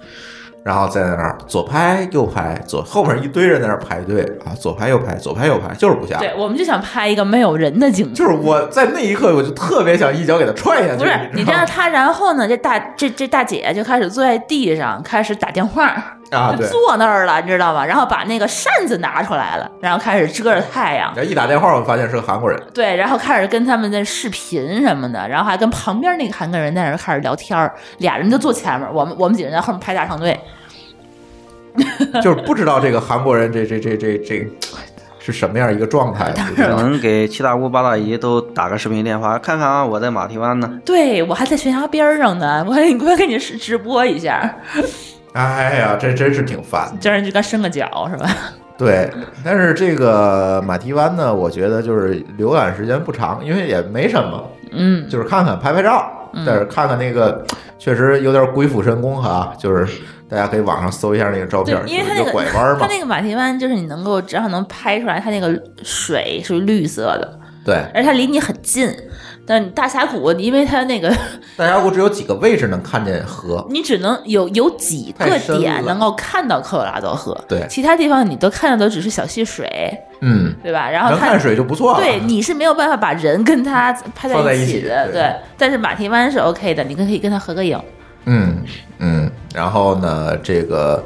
Speaker 3: 然后站在那儿左拍右拍，左后面一堆人在那儿排队啊，左拍右拍，左拍右拍，就是不下。
Speaker 4: 对，我们就想拍一个没有人的景色。
Speaker 3: 就是我在那一刻，我就特别想一脚给他踹下去。
Speaker 4: 不是，你
Speaker 3: 你知
Speaker 4: 知
Speaker 3: 道
Speaker 4: 道
Speaker 3: 吗
Speaker 4: 他，然后呢，这大这这大姐就开始坐在地上，开始打电话，
Speaker 3: 啊？
Speaker 4: 就
Speaker 3: 对，
Speaker 4: 坐那儿了，你知道吗？然后把那个扇子拿出来了，然后开始遮着太阳
Speaker 3: 然，后一打电话，我发现是个 韩国人。
Speaker 4: 对，然后开始跟他们在视频什么的，然后还跟旁边那个韩国人在那儿开始聊天儿，俩人就坐前面，我们我们几个人在后面排大长队。
Speaker 3: 就是不知道这个韩国人这这这这这是什么样一个状态，不知
Speaker 5: 可
Speaker 3: 道
Speaker 5: 能给七大姑八大姨都打个视频电话，看看啊，我在马蹄湾呢。
Speaker 4: 对我还在悬崖边儿上呢，我还我还给你直直播一下，
Speaker 3: 哎呀，这真是挺烦的。
Speaker 4: 这样就该伸个脚是吧？
Speaker 3: 对，但是这个马蹄湾呢，我觉得就是浏览时间不长，因为也没什么，
Speaker 4: 嗯，
Speaker 3: 就是看看拍拍照，但是看看那个确实有点鬼斧神工哈，就是大家可以网上搜一下那个照
Speaker 4: 对
Speaker 3: 片，，
Speaker 4: 因为它那
Speaker 3: 就是一
Speaker 4: 个
Speaker 3: 个拐弯
Speaker 4: 它
Speaker 3: 嘛，
Speaker 4: 那个马蹄湾就是你能够只要能拍出来，它那个水是绿色的，
Speaker 3: 对，
Speaker 4: 而且它离你很近。但你大峡谷，因为它那个
Speaker 3: 大峡谷只有几个位置能看见河，
Speaker 4: 你只能有有几个
Speaker 3: 太深
Speaker 4: 点
Speaker 3: 了
Speaker 4: 能够看到科罗拉多河，
Speaker 3: 对
Speaker 4: 其他地方你都看到的只是小溪水，
Speaker 3: 嗯，
Speaker 4: 对吧？然后
Speaker 3: 能
Speaker 4: 它
Speaker 3: 看水就不错了。
Speaker 4: 对，你是没有办法把人跟它拍
Speaker 3: 放在
Speaker 4: 一
Speaker 3: 一
Speaker 4: 起
Speaker 3: 起
Speaker 4: 的，
Speaker 3: 对
Speaker 4: 对。但是马蹄湾是 OK 的，你可以跟它合个影。
Speaker 3: 嗯，嗯，然后呢，这个，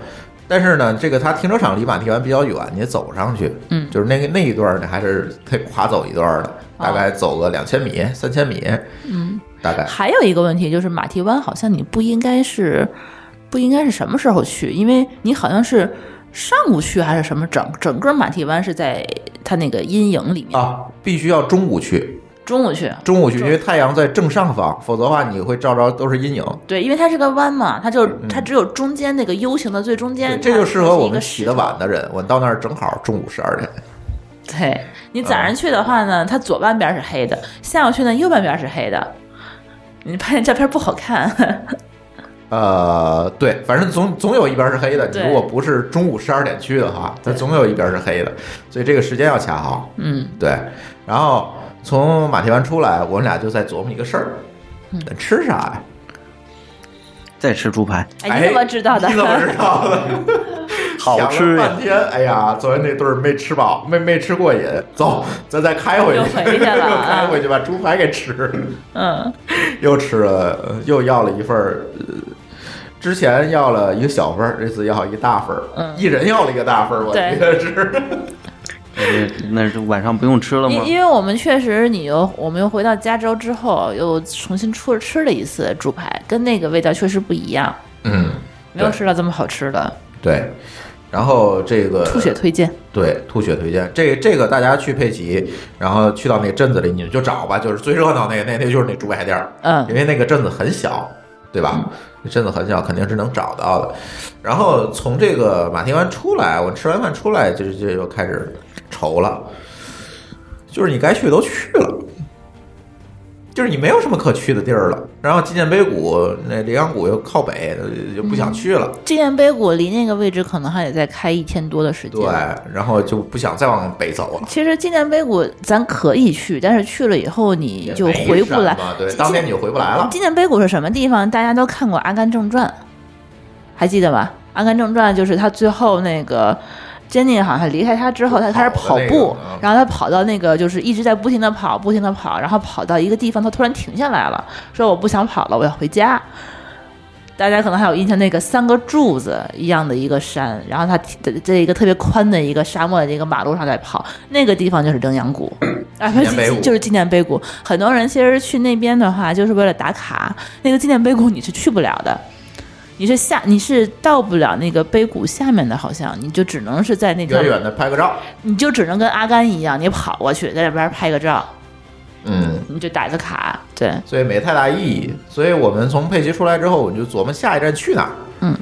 Speaker 3: 但是呢，这个它停车场离马蹄湾比较远，你走上去，
Speaker 4: 嗯
Speaker 3: 就是那个那一段儿呢，还是得跨走一段儿的，
Speaker 4: 哦
Speaker 3: 大概走个两千米、三千米，
Speaker 4: 嗯，
Speaker 3: 大概
Speaker 4: 还有一个问题就是马蹄湾好像你不应该是不应该是什么时候去，因为你好像是上午去还是什么整整个马蹄湾是在它那个阴影里面，
Speaker 3: 啊，必须要中午去，
Speaker 4: 中午去。
Speaker 3: 中午去，因为太阳在正上方，否则的话你会照着都是阴影。
Speaker 4: 对，因为它是个弯嘛，它就它只有中间那个 U 型的最中间，
Speaker 3: 嗯这就适合我们
Speaker 4: 洗
Speaker 3: 起得晚。的人。我到那儿正好中午十二点。
Speaker 4: 对
Speaker 3: 嗯
Speaker 4: 你早上去的话呢，它左半边是黑的，下午去呢右半边是黑的，你拍那照片不好看。
Speaker 3: 呃，对，反正总总有一边是黑的。你
Speaker 4: 对
Speaker 3: 如果不是中午十二点去的话，它总有一边是黑的，所以这个时间要卡好。
Speaker 4: 嗯，
Speaker 3: 对，然后从马蹄湾出来，我们俩就在琢磨一个事儿，
Speaker 4: 嗯
Speaker 3: 吃啥呀？
Speaker 5: 再吃猪排，
Speaker 4: 哎，你怎么知道的？
Speaker 3: 你怎么知道的？
Speaker 5: 好
Speaker 3: 想
Speaker 5: 吃
Speaker 3: 了
Speaker 5: 呀
Speaker 3: 半！天，哎呀，昨天那顿儿没吃饱，没没吃过瘾，走，咱再开回去，
Speaker 4: 又回去了啊
Speaker 3: 又开回去把猪排给吃，
Speaker 4: 嗯，
Speaker 3: 又吃了，呃又要了一份儿。呃之前要了一个小份儿，这次要一大份儿，
Speaker 4: 嗯
Speaker 3: 一人要了一个大份儿，我
Speaker 4: 对
Speaker 3: 觉得是。
Speaker 5: 那是晚上不用吃了吗
Speaker 4: 因？因为我们确实，你又我们又回到加州之后，又重新出吃了一次猪排，跟那个味道确实不一样，
Speaker 3: 嗯，
Speaker 4: 没有
Speaker 3: 对
Speaker 4: 吃到这么好吃的。
Speaker 3: 对。然后这个
Speaker 4: 吐血推荐，
Speaker 3: 对，吐血推荐这这个大家去佩奇，然后去到那个镇子里，你们就找吧，就是最热闹那个那那就是那猪排店儿，
Speaker 4: 嗯
Speaker 3: 因为那个镇子很小，对吧？那镇子很小，肯定是能找到的。然后从这个马蹄湾出来，我吃完饭出来，就是就又开始愁了，就是你该去都去了。就是你没有什么可去的地儿了，然后纪念碑谷、那羚羊谷又靠北，就就不想去了。
Speaker 4: 纪念碑谷离那个位置可能还得再开一天多的时间。
Speaker 3: 对，然后就不想再往北走了。
Speaker 4: 其实纪念碑谷咱可以去，但是去了以后你就回不来。
Speaker 3: 对，当年你就回不来了。
Speaker 4: 纪念碑谷是什么地方？大家都看过《阿甘正传》，还记得吧？《阿甘正传》就是他最后那个 Jenny 好像离开他之后，他开始跑
Speaker 3: 跑的那个
Speaker 4: 步，
Speaker 3: 啊
Speaker 4: 然后他跑到那个就是一直在不停的跑，不停的跑，然后跑到一个地方，他突然停下来了，说我不想跑了，我要回家。大家可能还有印象，那个三个柱子一样的一个山，然后他在在一个特别宽的一个沙漠的一个马路上在跑，那个地方就是羚羊谷，啊，不
Speaker 3: 纪念碑
Speaker 4: 是
Speaker 3: 谷
Speaker 4: 就是纪念碑谷。很多人其实去那边的话，就是为了打卡，那个纪念碑谷你是去不了的。你是下你是到不了那个碑谷下面的，好像你就只能是在那个
Speaker 3: 远远的拍个照，
Speaker 4: 你就只能跟阿甘一样，你跑过去，在那边拍个照，
Speaker 3: 嗯，
Speaker 4: 你就打个卡。对，
Speaker 3: 所以没太大意义。所以我们从佩奇出来之后，我们就琢磨下一站去哪儿，
Speaker 4: 嗯，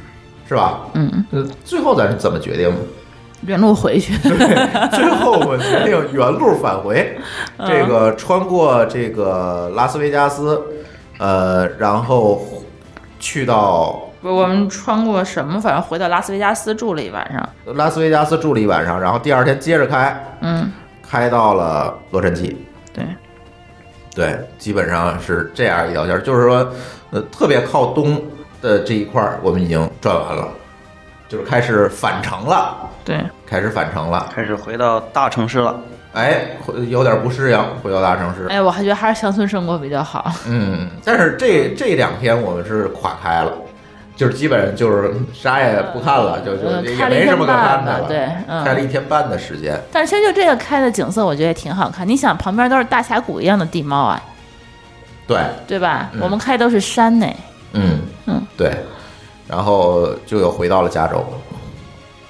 Speaker 3: 是吧？
Speaker 4: 嗯，
Speaker 3: 呃，最后咱是怎么决定的？
Speaker 4: 原路回去。
Speaker 3: 最后我决定原路返回，这个穿过这个拉斯维加斯，呃，然后去到
Speaker 4: 不，我们穿过什么？反正回到拉斯维加斯住了一晚上。
Speaker 3: 拉斯维加斯住了一晚上，然后第二天接着开，
Speaker 4: 嗯，
Speaker 3: 开到了洛杉矶。
Speaker 4: 对，
Speaker 3: 对，基本上是这样一条线儿，就是说，呃，特别靠东的这一块儿我们已经转完了，就是开始返程了，
Speaker 4: 对，
Speaker 3: 开始返程了。
Speaker 5: 开始回到大城市了。
Speaker 3: 哎，会有点不适应，回到大城市。
Speaker 4: 哎，我还觉得还是乡村生活比较好。
Speaker 3: 嗯，但是这这两天我们是垮开了，就是基本上就是啥也不看了，就就
Speaker 4: 嗯
Speaker 3: 也
Speaker 4: 开了一
Speaker 3: 没什么可
Speaker 4: 天半
Speaker 3: 看的
Speaker 4: 吧
Speaker 3: 了。
Speaker 4: 对嗯
Speaker 3: 开了一天半的时间。
Speaker 4: 但是其实就这个开的景色，我觉得也挺好看。你想，旁边都是大峡谷一样的地貌啊，
Speaker 3: 对，
Speaker 4: 对吧？
Speaker 3: 嗯
Speaker 4: 我们开的都是山呢。
Speaker 3: 嗯
Speaker 4: 嗯，
Speaker 3: 对，然后就又回到了加州，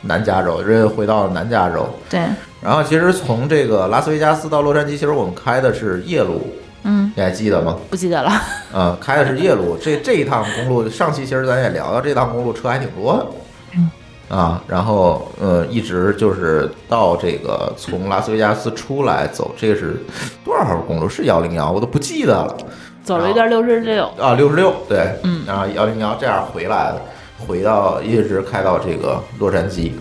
Speaker 3: 南加州，这回到了南加州。
Speaker 4: 对，
Speaker 3: 然后其实从这个拉斯维加斯到洛杉矶，其实我们开的是夜路，
Speaker 4: 嗯，
Speaker 3: 你还记得吗？
Speaker 4: 不记得了。
Speaker 3: 嗯，开的是夜路。这这一趟公路，上期其实咱也聊到，这趟公路车还挺多的。啊，然后呃，一直就是到这个从拉斯维加斯出来走，这是多少号公路？是幺零幺，我都不记得了。
Speaker 4: 走了一段六十六，
Speaker 3: 啊，六十六，对，
Speaker 4: 嗯
Speaker 3: 然后幺零幺这样回来的，回到一直开到这个洛杉矶。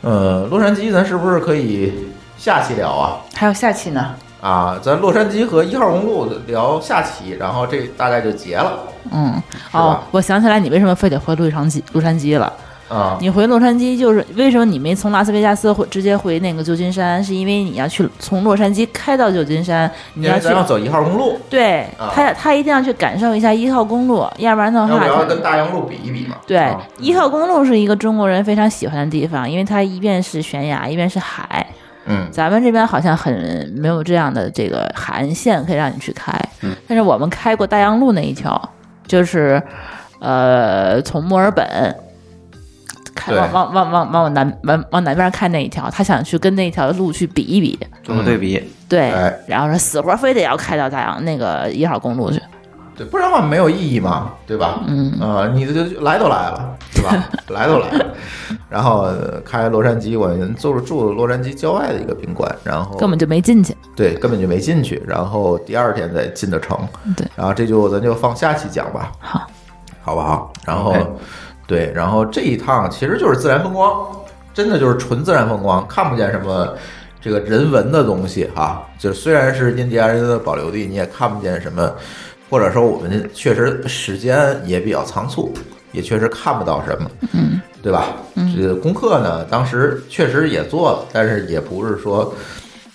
Speaker 3: 呃，洛杉矶咱是不是可以下期聊啊？
Speaker 4: 还有下期呢。
Speaker 3: 啊，咱洛杉矶和一号公路聊下期，然后这大概就结了
Speaker 4: 嗯，
Speaker 3: 是
Speaker 4: 哦
Speaker 3: 吧，
Speaker 4: 我想起来，你为什么非得回洛杉矶？洛杉矶了？
Speaker 3: 啊。
Speaker 4: 你回洛杉矶就是为什么你没从拉斯维加斯回直接回那个旧金山？是因为你要去从洛杉矶开到旧金山，你
Speaker 3: 因为
Speaker 4: 要去
Speaker 3: 咱要走一号公路，
Speaker 4: 对
Speaker 3: 啊
Speaker 4: 他他一定要去感受一下一号公路，要不然的
Speaker 3: 要不
Speaker 4: 话
Speaker 3: 要
Speaker 4: 他。
Speaker 3: 跟大洋路比一比嘛？
Speaker 4: 对
Speaker 3: 啊，
Speaker 4: 一号公路是一个中国人非常喜欢的地方，因为它一边是悬崖，一边是海。
Speaker 3: 嗯，
Speaker 4: 咱们这边好像很没有这样的这个海岸线可以让你去开，
Speaker 3: 嗯
Speaker 4: 但是我们开过大洋路那一条，就是呃从墨尔本开
Speaker 3: 对
Speaker 4: 往往往往往南往往南边开那一条，他想去跟那条路去比一比，
Speaker 5: 做个对比，
Speaker 4: 对，
Speaker 3: 哎
Speaker 4: 然后说死活非得要开到大洋那个一号公路去，
Speaker 3: 对，不然的话没有意义嘛，对吧？
Speaker 4: 嗯
Speaker 3: 啊、你这就来都来了，对 吧？来都来了，然后呃开洛杉矶，我们住住洛杉矶郊外的一个宾馆，然后
Speaker 4: 根本就没进去。
Speaker 3: 对根本就没进去，然后第二天再进的城，
Speaker 4: 对，
Speaker 3: 然后这就咱就放下期讲吧，
Speaker 4: 好，
Speaker 3: 好不好？然后
Speaker 5: OK
Speaker 3: 对，然后这一趟其实就是自然风光，真的就是纯自然风光，看不见什么。这个人文的东西啊，就是虽然是印第安人的保留地，你也看不见什么或者说我们确实时间也比较仓促，也确实看不到什么，嗯，对吧？这个功课呢，当时确实也做了，但是也不是说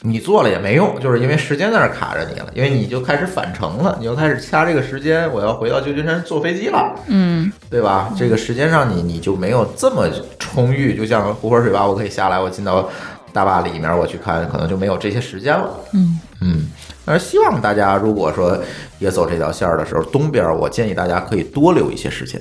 Speaker 3: 你做了也没用，就是因为时间在那儿卡着你了，因为你就开始返程了，你就开始掐这个时间，我要回到旧金山坐飞机了，
Speaker 4: 嗯，
Speaker 3: 对吧？这个时间上你你就没有这么充裕，就像湖泊水坝，我可以下来，我进到大坝里面我去看，可能就没有这些时间了。
Speaker 4: 嗯
Speaker 3: 嗯，但是希望大家如果说也走这条线儿的时候，东边儿我建议大家可以多留一些时间，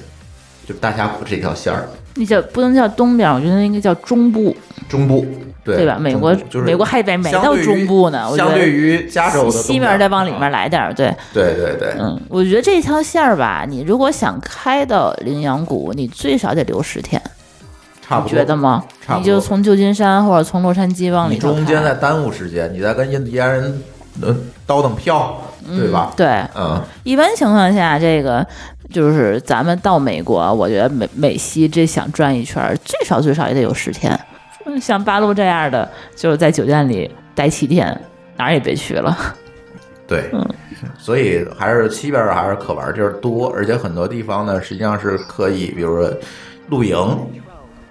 Speaker 3: 就大峡谷这条线儿
Speaker 4: 那叫不能叫东边，我觉得应该叫中部，
Speaker 3: 中部，对
Speaker 4: 对吧？美国
Speaker 3: 中部就是
Speaker 4: 美国还得没
Speaker 3: 相
Speaker 4: 到
Speaker 3: 对于
Speaker 4: 中部呢，我觉
Speaker 3: 相
Speaker 4: 得
Speaker 3: 对于加州的
Speaker 4: 西西面
Speaker 3: 东边啊
Speaker 4: 再往里面来点儿，对。
Speaker 3: 对对对，
Speaker 4: 嗯，我觉得这条线儿吧，你如果想开到羚羊谷，你最少得留十天，
Speaker 3: 差不
Speaker 4: 你
Speaker 3: 多。
Speaker 4: 觉得吗？
Speaker 3: 差不多
Speaker 4: 你就从旧金山或者从洛杉矶往
Speaker 3: 你
Speaker 4: 里头
Speaker 3: 中间
Speaker 4: 开
Speaker 3: 在耽误时间，你在跟印第安人呃倒腾票，对吧？
Speaker 4: 对，
Speaker 3: 嗯，
Speaker 4: 一般情况下，这个就是咱们到美国，我觉得美美西这想转一圈儿，最少最少也得有十天。嗯像八路这样的，就是在酒店里待七天，哪儿也别去了。
Speaker 3: 对，
Speaker 4: 嗯
Speaker 3: 所以还是西边儿还是可玩儿地儿多，而且很多地方呢，实际上是可以，比如说露营，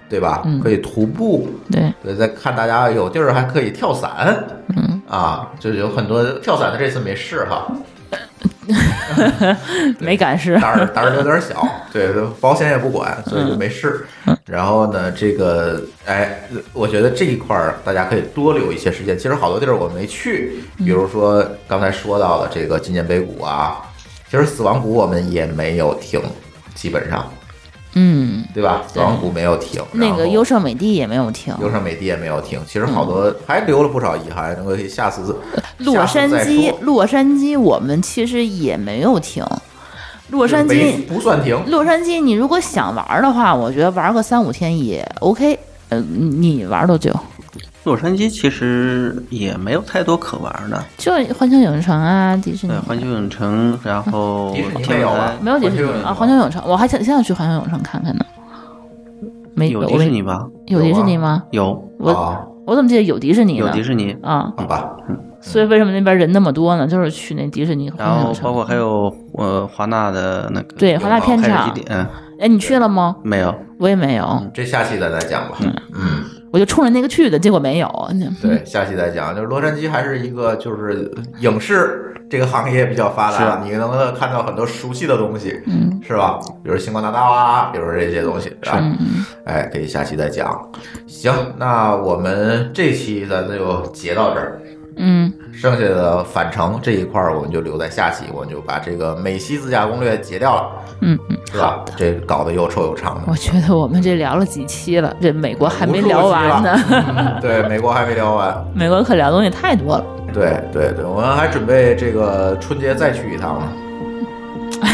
Speaker 3: 对吧？
Speaker 4: 嗯
Speaker 3: 可以徒步，
Speaker 4: 对，
Speaker 3: 对，再看大家有地儿还可以跳伞，
Speaker 4: 嗯，
Speaker 3: 啊，就是有很多跳伞的这次没试哈，
Speaker 4: 没赶尸，
Speaker 3: 胆儿胆儿有点小，对，保险也不管，所
Speaker 4: 嗯
Speaker 3: 以就没试。然后呢，这个哎，我觉得这一块儿大家可以多留一些时间。其实好多地儿我没去，比
Speaker 4: 嗯
Speaker 3: 如说刚才说到的这个纪念碑谷啊，其实死亡谷我们也没有停，基本上
Speaker 4: 嗯，
Speaker 3: 对吧？死亡谷没有停，
Speaker 4: 那个
Speaker 3: 然后
Speaker 4: 优胜美地也没有停，
Speaker 3: 优胜美地也没有停，其实好多还留了不少遗憾，能够下次
Speaker 4: 洛杉
Speaker 3: 下次再
Speaker 4: 矶
Speaker 3: 说，
Speaker 4: 洛杉矶我们其实也没有停，洛杉
Speaker 3: 没
Speaker 4: 矶，
Speaker 3: 不算停，
Speaker 4: 洛杉矶，你如果想玩儿的话，我觉得玩个三五天也 OK。呃，你玩儿多久？
Speaker 5: 洛杉矶其实也没有太多可玩的，
Speaker 4: 就环球影城啊，迪士尼
Speaker 5: 对，。环球影城，然后
Speaker 3: 迪士尼
Speaker 5: 天
Speaker 3: 没有
Speaker 5: 文
Speaker 3: 啊
Speaker 5: 台
Speaker 4: 没有迪士
Speaker 3: 环球影
Speaker 4: 尼
Speaker 3: 城
Speaker 4: 啊，环球影城，我还想想去环球影城看看呢。没
Speaker 5: 有
Speaker 4: 我
Speaker 5: 迪
Speaker 4: 没
Speaker 5: 士尼吧？
Speaker 4: 有迪士尼吗？
Speaker 5: 有
Speaker 4: 我
Speaker 3: 啊，
Speaker 4: 我怎么记得有迪士尼
Speaker 5: 有
Speaker 4: 呢？
Speaker 5: 迪士尼，
Speaker 4: 啊，
Speaker 3: 好吧，
Speaker 4: 所以为什么那边人那么多呢？就是去那迪士尼和
Speaker 5: 然
Speaker 4: 环球影
Speaker 5: 后包
Speaker 4: 城。
Speaker 5: 括还有呃华纳的那个
Speaker 4: 对华纳片场
Speaker 5: 开始基地嗯，
Speaker 4: 哎，你去了吗？
Speaker 5: 没有，
Speaker 4: 我也没有，
Speaker 3: 这下期咱再讲吧。嗯，
Speaker 4: 我就冲着那个去的，结果没有。嗯
Speaker 3: 对，下期再讲。就是洛杉矶还是一个就是影视这个行业比较发达，你能够看到很多熟悉的东西，
Speaker 4: 嗯
Speaker 3: 是吧？比如星光大道啊，比如这些东西，是吧？
Speaker 4: 嗯，
Speaker 3: 哎，可以下期再讲。行，那我们这期咱就截到这儿。
Speaker 4: 嗯，
Speaker 3: 剩下的返程这一块儿，我们就留在下期，我们就把这个美西自驾攻略截掉了，
Speaker 4: 嗯嗯，
Speaker 3: 是吧？这搞得又臭又长的
Speaker 4: 我。觉得我们这聊了几期了，这美国还没
Speaker 3: 无数
Speaker 4: 聊
Speaker 3: 期
Speaker 4: 完呢
Speaker 3: 了。嗯对，美国还没聊完。
Speaker 4: 美国可聊的东西太多了。
Speaker 3: 对对对，我们还准备这个春节再去一趟呢。哎，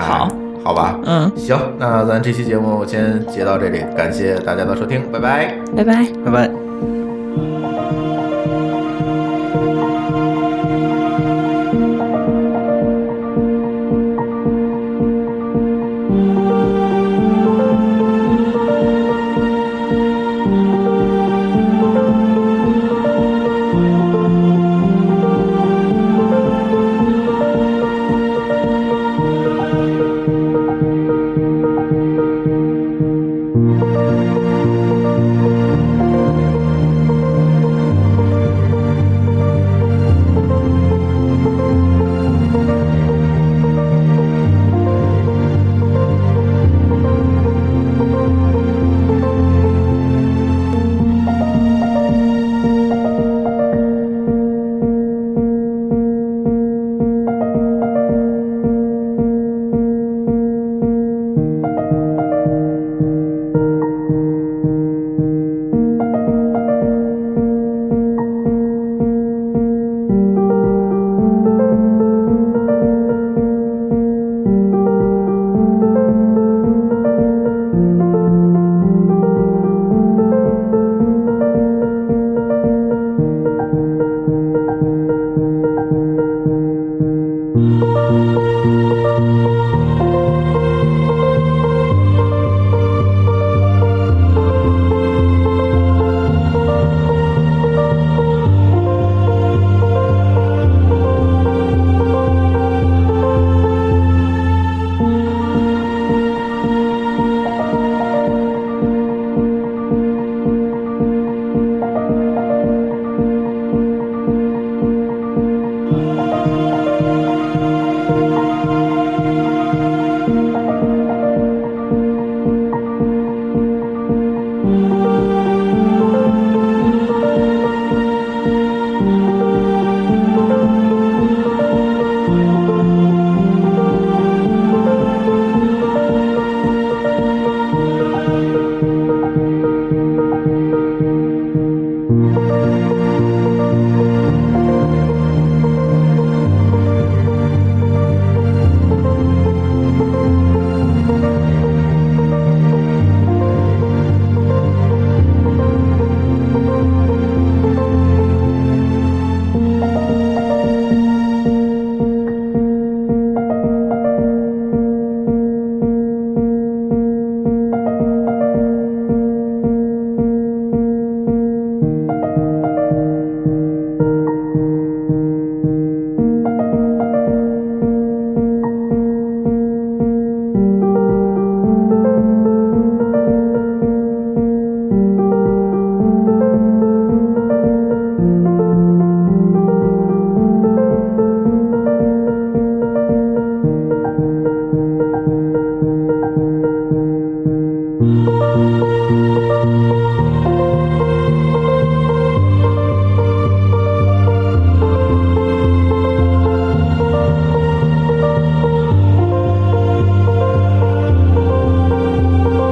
Speaker 3: 好，好吧，
Speaker 4: 嗯，
Speaker 3: 行，那咱这期节目先截到这里，感谢大家的收听，拜拜。
Speaker 4: 拜拜。
Speaker 5: 拜拜。